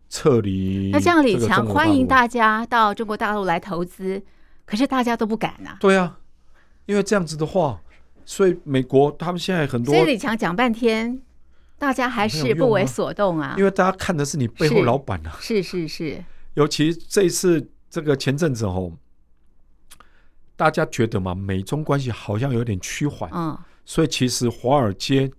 Speaker 2: 撤离。
Speaker 1: 那这样李强欢迎
Speaker 2: 大
Speaker 1: 大家到中国大陆来投资，可是大家都不敢呐、
Speaker 2: 对啊，因为这样子的话，所以美国他们现在很多
Speaker 1: 所以，李强讲半天，大家还
Speaker 2: 没
Speaker 1: 是
Speaker 2: 有用
Speaker 1: 不为
Speaker 2: 啊
Speaker 1: 所动啊
Speaker 2: 因。为大家看的是你背后
Speaker 1: 是
Speaker 2: 老板啊，
Speaker 1: 是是是，
Speaker 2: 尤其这一次这个前阵子哦，大家觉得嘛，美中关系好像有点趋缓，
Speaker 1: 嗯，
Speaker 2: 所以其实华尔街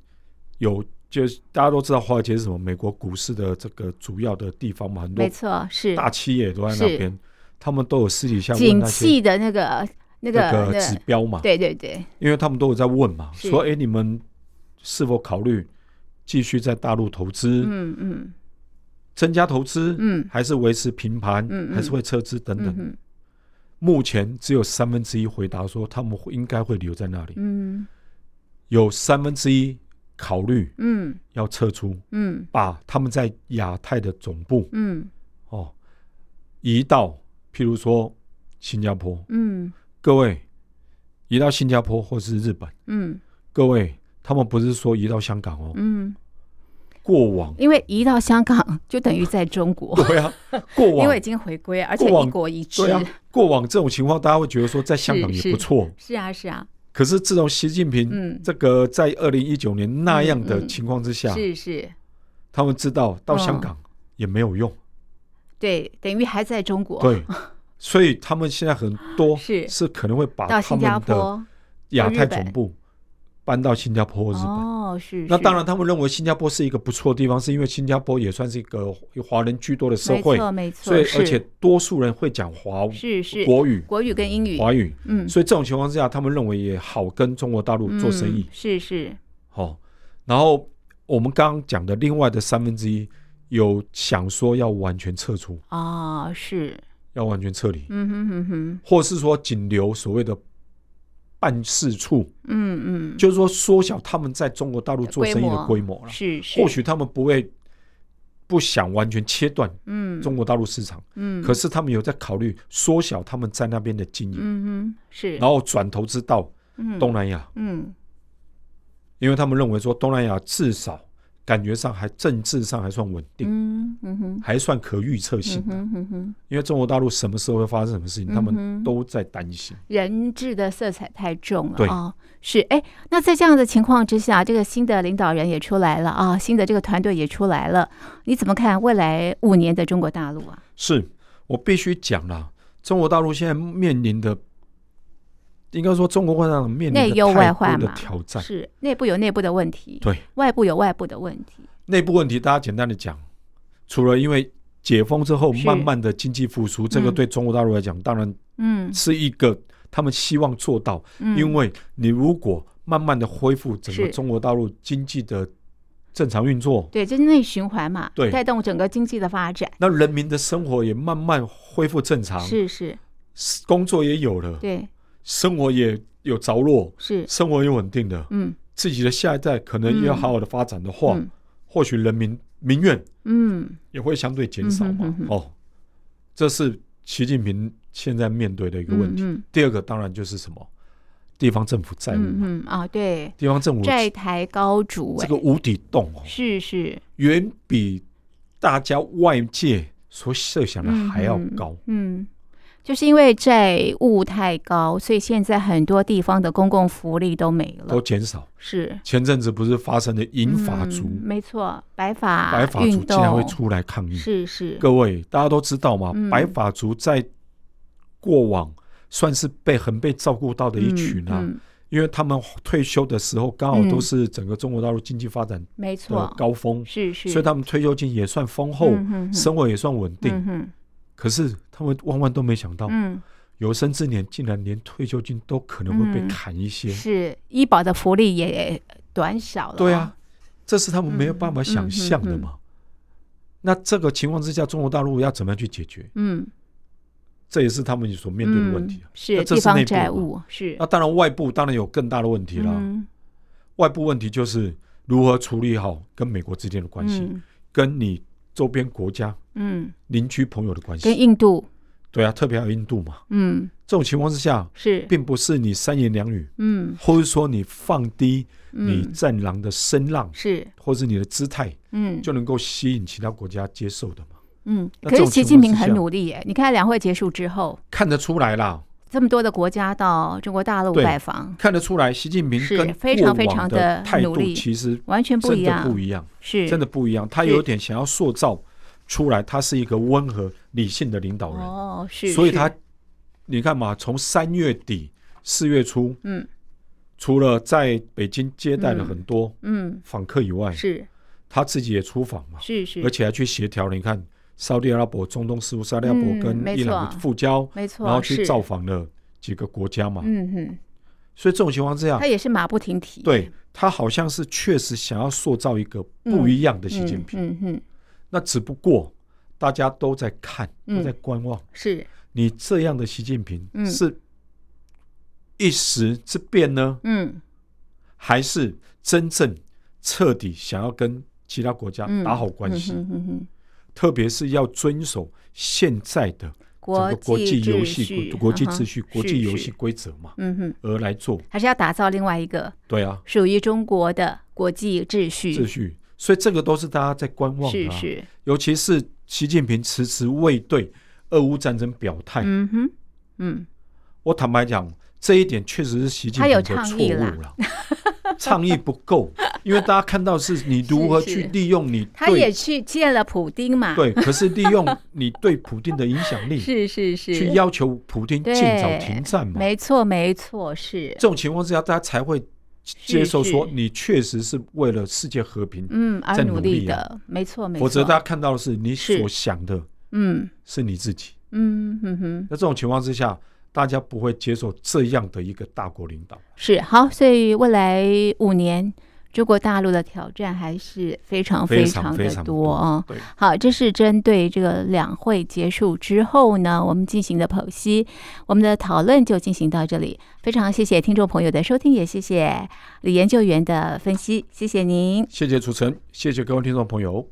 Speaker 2: 有。就是大家都知道华尔街是什么，美国股市的这个主要的地方嘛，很多
Speaker 1: 没错，是
Speaker 2: 大企业都在那边，他们都有私底下问
Speaker 1: 景
Speaker 2: 那些
Speaker 1: 气的那个那个
Speaker 2: 那
Speaker 1: 那
Speaker 2: 个指
Speaker 1: 个，
Speaker 2: 标嘛，
Speaker 1: 对对对，
Speaker 2: 因为他们都有在问嘛，
Speaker 1: 是
Speaker 2: 说哎，诶你们是否考虑继续在大陆投资，
Speaker 1: 嗯嗯
Speaker 2: 增加投资，
Speaker 1: 嗯
Speaker 2: 还是维持平盘，
Speaker 1: 嗯嗯
Speaker 2: 还是会撤资等
Speaker 1: 嗯
Speaker 2: 等？
Speaker 1: 嗯
Speaker 2: 目前只有三分之一回答说他们会应该会留在那里，
Speaker 1: 嗯
Speaker 2: 有三分之一考虑
Speaker 1: 嗯
Speaker 2: 要撤出，
Speaker 1: 嗯
Speaker 2: 把他们在亚太的总部
Speaker 1: 嗯
Speaker 2: 哦移到，譬如说新加坡，
Speaker 1: 嗯
Speaker 2: 各位移到新加坡或是日本，
Speaker 1: 嗯
Speaker 2: 各位他们不是说移到香港哦，
Speaker 1: 嗯，
Speaker 2: 过往
Speaker 1: 因为移到香港就等于在中国，
Speaker 2: 对啊，
Speaker 1: *laughs*
Speaker 2: 过
Speaker 1: 因为
Speaker 2: 往
Speaker 1: 已经回归，而且
Speaker 2: 过往
Speaker 1: 一国一制
Speaker 2: 对，啊，过往这种情况大家会觉得说在香港
Speaker 1: 是
Speaker 2: 也不错，
Speaker 1: 是啊是啊，
Speaker 2: 可是自从习近平
Speaker 1: 嗯，
Speaker 2: 这个在二零一九年那样的
Speaker 1: 嗯嗯
Speaker 2: 情况之下，
Speaker 1: 是是，
Speaker 2: 他们知道到香
Speaker 1: 嗯
Speaker 2: 港也没有用，
Speaker 1: 对，等于还在中国，
Speaker 2: 对，所以他们现在很多
Speaker 1: *laughs* 是
Speaker 2: 是可能会把
Speaker 1: 到
Speaker 2: 他
Speaker 1: 新
Speaker 2: 们
Speaker 1: 加
Speaker 2: 的
Speaker 1: 坡，
Speaker 2: 亚太
Speaker 1: 日本
Speaker 2: 总部搬到新加坡或日本。
Speaker 1: 哦是，
Speaker 2: 那
Speaker 1: 是
Speaker 2: 当然，他们认为新加坡是一个不错的地方，是因为新加坡也算是一个华人居多的社
Speaker 1: 没
Speaker 2: 会，
Speaker 1: 错没错，
Speaker 2: 所以而
Speaker 1: 是
Speaker 2: 且多数人会讲华
Speaker 1: 是是
Speaker 2: 国语、
Speaker 1: 国语跟英语，
Speaker 2: 华语，
Speaker 1: 嗯，
Speaker 2: 所以这种情况之下，他们认为也好跟中国大陆做生意
Speaker 1: 嗯，是是，
Speaker 2: 哦。然后我们刚刚讲的另外的三分之一，有想说要完全撤出，
Speaker 1: 哦是，
Speaker 2: 要完全撤离，
Speaker 1: 嗯哼哼哼，
Speaker 2: 或是说仅留所谓的办事处，
Speaker 1: 嗯嗯，
Speaker 2: 就是说缩小他们在中国大陆做生意的
Speaker 1: 规
Speaker 2: 规模了。
Speaker 1: 是是，
Speaker 2: 或许他们不会不想完全切断
Speaker 1: 嗯
Speaker 2: 中国大陆市场，
Speaker 1: 嗯，
Speaker 2: 可是他们有在考虑缩小他们在那边的经营，
Speaker 1: 嗯哼是，
Speaker 2: 然后转投资到
Speaker 1: 嗯
Speaker 2: 东南亚，
Speaker 1: 嗯
Speaker 2: 因为他们认为说东南亚至少感觉上还政治上还算稳定，
Speaker 1: 嗯嗯哼
Speaker 2: 还算可预测性
Speaker 1: 嗯
Speaker 2: 的。
Speaker 1: 哼嗯哼，
Speaker 2: 因为中国大陆什么时候会发生什么事情，他
Speaker 1: 嗯哼
Speaker 2: 们都在担心。
Speaker 1: 人质的色彩太重了
Speaker 2: 对
Speaker 1: 哦。是，哎，那在这样的情况之下，这个新的领导人也出来了啊，新的这个团队也出来了，你怎么看未来五年的中国大陆啊？
Speaker 2: 是我必须讲啦，中国大陆现在面临的，应该说中国共产党面
Speaker 1: 内
Speaker 2: 临
Speaker 1: 忧
Speaker 2: 的
Speaker 1: 外
Speaker 2: 太
Speaker 1: 患
Speaker 2: 多的
Speaker 1: 嘛
Speaker 2: 挑战。
Speaker 1: 是内部有内部的问题，
Speaker 2: 对，
Speaker 1: 外部有外部的问题，
Speaker 2: 内部问题，大家简单的讲，除了因为解封之后
Speaker 1: 是
Speaker 2: 慢慢的经济复苏，这个
Speaker 1: 嗯
Speaker 2: 对中国大陆来讲，当然
Speaker 1: 嗯
Speaker 2: 是一个他们希望做到，
Speaker 1: 嗯，
Speaker 2: 因为你如果慢慢的恢复整个
Speaker 1: 是
Speaker 2: 中国大陆经济的正常运作，
Speaker 1: 对，就是内循环嘛，
Speaker 2: 对
Speaker 1: 带动整个经济的发展，
Speaker 2: 那人民的生活也慢慢恢复正常，
Speaker 1: 是是，
Speaker 2: 工作也有了，
Speaker 1: 对，
Speaker 2: 生活也有着落，
Speaker 1: 是，
Speaker 2: 生活也稳定了，
Speaker 1: 嗯
Speaker 2: 自己的下一代可能也要好好的发展的话，
Speaker 1: 嗯
Speaker 2: 或许人民民怨
Speaker 1: 嗯，
Speaker 2: 也会相对减少嘛。
Speaker 1: 嗯哼哼哼
Speaker 2: 哦，这是习近平现在面对的一个问题。
Speaker 1: 嗯
Speaker 2: 第二个当然就是什么，地方政府债务嘛，
Speaker 1: 嗯嗯啊，对，
Speaker 2: 地方政府
Speaker 1: 债台高筑，
Speaker 2: 这
Speaker 1: 哎
Speaker 2: 个，无底洞哦，
Speaker 1: 是是，
Speaker 2: 远比大家外界所设想的还要
Speaker 1: 嗯
Speaker 2: 高。
Speaker 1: 嗯，就是因为债务太高，所以现在很多地方的公共福利都没
Speaker 2: 都
Speaker 1: 了，
Speaker 2: 减少。
Speaker 1: 是
Speaker 2: 前阵子不是发生的银发
Speaker 1: 嗯
Speaker 2: 族、
Speaker 1: 没错，白发
Speaker 2: 白发
Speaker 1: 运
Speaker 2: 族竟然会
Speaker 1: 动
Speaker 2: 出来抗议，
Speaker 1: 是是，
Speaker 2: 各位大家都知道嘛，
Speaker 1: 嗯
Speaker 2: 白发族在过往算是被很被照顾到的一群啊，
Speaker 1: 嗯嗯
Speaker 2: 因为他们退休的时候刚好都是整个中国大陆经济发展
Speaker 1: 没
Speaker 2: 的
Speaker 1: 错，
Speaker 2: 高峰，
Speaker 1: 是是，
Speaker 2: 所以他们退休金也算丰厚，
Speaker 1: 嗯哼哼
Speaker 2: 生活也算稳定。
Speaker 1: 嗯哼
Speaker 2: 可是他们万万都没想到，
Speaker 1: 嗯，
Speaker 2: 有生之年竟然连退休金都可能会被
Speaker 1: 嗯
Speaker 2: 砍一些。
Speaker 1: 是医保的福利也短少了，
Speaker 2: 对啊，，这是他们没有
Speaker 1: 嗯
Speaker 2: 办法
Speaker 1: 嗯
Speaker 2: 想象的
Speaker 1: 嗯
Speaker 2: 嘛。那这个情况之下，中国大陆要怎么样去解决？
Speaker 1: 嗯
Speaker 2: 这也是他们所面对的问题啊
Speaker 1: 嗯、是
Speaker 2: 那这
Speaker 1: 地
Speaker 2: 是
Speaker 1: 方
Speaker 2: 内部
Speaker 1: 债
Speaker 2: 嘛
Speaker 1: 务是
Speaker 2: 那当然，外部当然有更大的问题啦。
Speaker 1: 嗯
Speaker 2: 外部问题就是如何处理好跟美国之间的关系，
Speaker 1: 嗯
Speaker 2: 跟你周边国家、
Speaker 1: 嗯，
Speaker 2: 邻居朋友的关
Speaker 1: 跟
Speaker 2: 系。
Speaker 1: 印度
Speaker 2: 对啊，特别还有印度嘛。
Speaker 1: 嗯
Speaker 2: 这种情况之下，
Speaker 1: 是
Speaker 2: 并不是你三言两语，
Speaker 1: 嗯
Speaker 2: 或者说你放低你
Speaker 1: 嗯
Speaker 2: 战狼的声浪，
Speaker 1: 是
Speaker 2: 或是你的姿态，
Speaker 1: 嗯
Speaker 2: 就能够吸引其他国家接受的嘛。
Speaker 1: 嗯，
Speaker 2: 那
Speaker 1: 可
Speaker 2: 这
Speaker 1: 是
Speaker 2: 种
Speaker 1: 习
Speaker 2: 情
Speaker 1: 近
Speaker 2: 况
Speaker 1: 平
Speaker 2: 之
Speaker 1: 很
Speaker 2: 下
Speaker 1: 努力耶，你看两会结束之后，
Speaker 2: 看得出来啦，
Speaker 1: 这么多的国家到中国大陆
Speaker 2: 对
Speaker 1: 拜访，
Speaker 2: 看得出来，习近平
Speaker 1: 是
Speaker 2: 跟
Speaker 1: 非常
Speaker 2: 过
Speaker 1: 非常
Speaker 2: 往
Speaker 1: 地
Speaker 2: 的态
Speaker 1: 努
Speaker 2: 度
Speaker 1: 力
Speaker 2: 其实
Speaker 1: 完全不一
Speaker 2: 真的
Speaker 1: 样，
Speaker 2: 不一样。
Speaker 1: 是
Speaker 2: 真的不一样。他
Speaker 1: 是
Speaker 2: 有点想要塑造出来，他是一个温和理性的领导人，
Speaker 1: 哦是，
Speaker 2: 所以
Speaker 1: 是
Speaker 2: 他你看嘛，从三月底四月初，
Speaker 1: 嗯
Speaker 2: 除了在北京接待了
Speaker 1: 嗯
Speaker 2: 很多
Speaker 1: 嗯
Speaker 2: 访客以外，
Speaker 1: 是
Speaker 2: 他自己也出访嘛，
Speaker 1: 是是，
Speaker 2: 而且还去协调。你看，沙特阿拉伯、中东事务，沙特阿拉伯
Speaker 1: 嗯没
Speaker 2: 跟伊朗
Speaker 1: 错
Speaker 2: 的复交，
Speaker 1: 没错，
Speaker 2: 然后去
Speaker 1: 是
Speaker 2: 造访了几个国家嘛。
Speaker 1: 嗯哼，
Speaker 2: 所以这种情况之下
Speaker 1: 他，也是马不停蹄，
Speaker 2: 啊对他好像是确实想要塑造一个不一样的
Speaker 1: 嗯，
Speaker 2: 习近平。
Speaker 1: 嗯哼，
Speaker 2: 那只不过大家都在看，
Speaker 1: 嗯
Speaker 2: 都在观望。
Speaker 1: 是
Speaker 2: 你这样的习近平
Speaker 1: 嗯
Speaker 2: 是一时之变呢，
Speaker 1: 嗯
Speaker 2: 还是真正彻底想要跟其他国家
Speaker 1: 嗯
Speaker 2: 打好关系？
Speaker 1: 嗯哼嗯哼
Speaker 2: 特别是要遵守现在的整
Speaker 1: 国
Speaker 2: 个国际游
Speaker 1: 秩
Speaker 2: 戏、
Speaker 1: 序，
Speaker 2: 国国际
Speaker 1: 嗯哼
Speaker 2: 秩序、国际游戏，规则嘛，
Speaker 1: 是是嗯哼，
Speaker 2: 而来做。
Speaker 1: 还是要打造另外一个
Speaker 2: 对啊，
Speaker 1: 属于中国的国际秩序，
Speaker 2: 秩序。所以这个都是大家在观望的、
Speaker 1: 是
Speaker 2: 啊，
Speaker 1: 是，
Speaker 2: 尤其是习近平迟迟未对俄乌战争表态，
Speaker 1: 嗯哼，嗯
Speaker 2: 我坦白讲，这一点确实是习近平的错
Speaker 1: 他有倡议
Speaker 2: 误
Speaker 1: 啦
Speaker 2: 了。
Speaker 1: *laughs*
Speaker 2: 倡议不够，因为大家看到是你如何
Speaker 1: 是是
Speaker 2: 去利用你
Speaker 1: 他也
Speaker 2: 对
Speaker 1: 去见了普丁嘛，，
Speaker 2: 对，可是利用你对普京的影响力，
Speaker 1: 是是是，
Speaker 2: 去要求普京
Speaker 1: 对
Speaker 2: 尽早停战嘛。
Speaker 1: 没错没错，是
Speaker 2: 这，种情况之下，大家才会接受说
Speaker 1: 是
Speaker 2: 你确实是为了世界和平，
Speaker 1: 嗯，而
Speaker 2: 在
Speaker 1: 努
Speaker 2: 努
Speaker 1: 力
Speaker 2: 力啊
Speaker 1: 的，没错没错，
Speaker 2: 否则大家看到的是你
Speaker 1: 是
Speaker 2: 所想的
Speaker 1: 嗯
Speaker 2: 是你自己。
Speaker 1: 嗯哼哼。
Speaker 2: 那这种情况之下，大家不会接受这样的一个大国领导。
Speaker 1: 是好，所以未来五年中国大陆的挑战还是非常
Speaker 2: 非常
Speaker 1: 常
Speaker 2: 非
Speaker 1: 的
Speaker 2: 常
Speaker 1: 多
Speaker 2: 多
Speaker 1: 啊、
Speaker 2: 对，
Speaker 1: 好，这是针对这个两会结束之后呢，我们进行的剖析，我们的讨论就进行到这里。非常谢谢听众朋友的收听，也谢谢李研究员的分析，谢谢您。
Speaker 2: 谢谢主持人，谢谢各位听众朋友。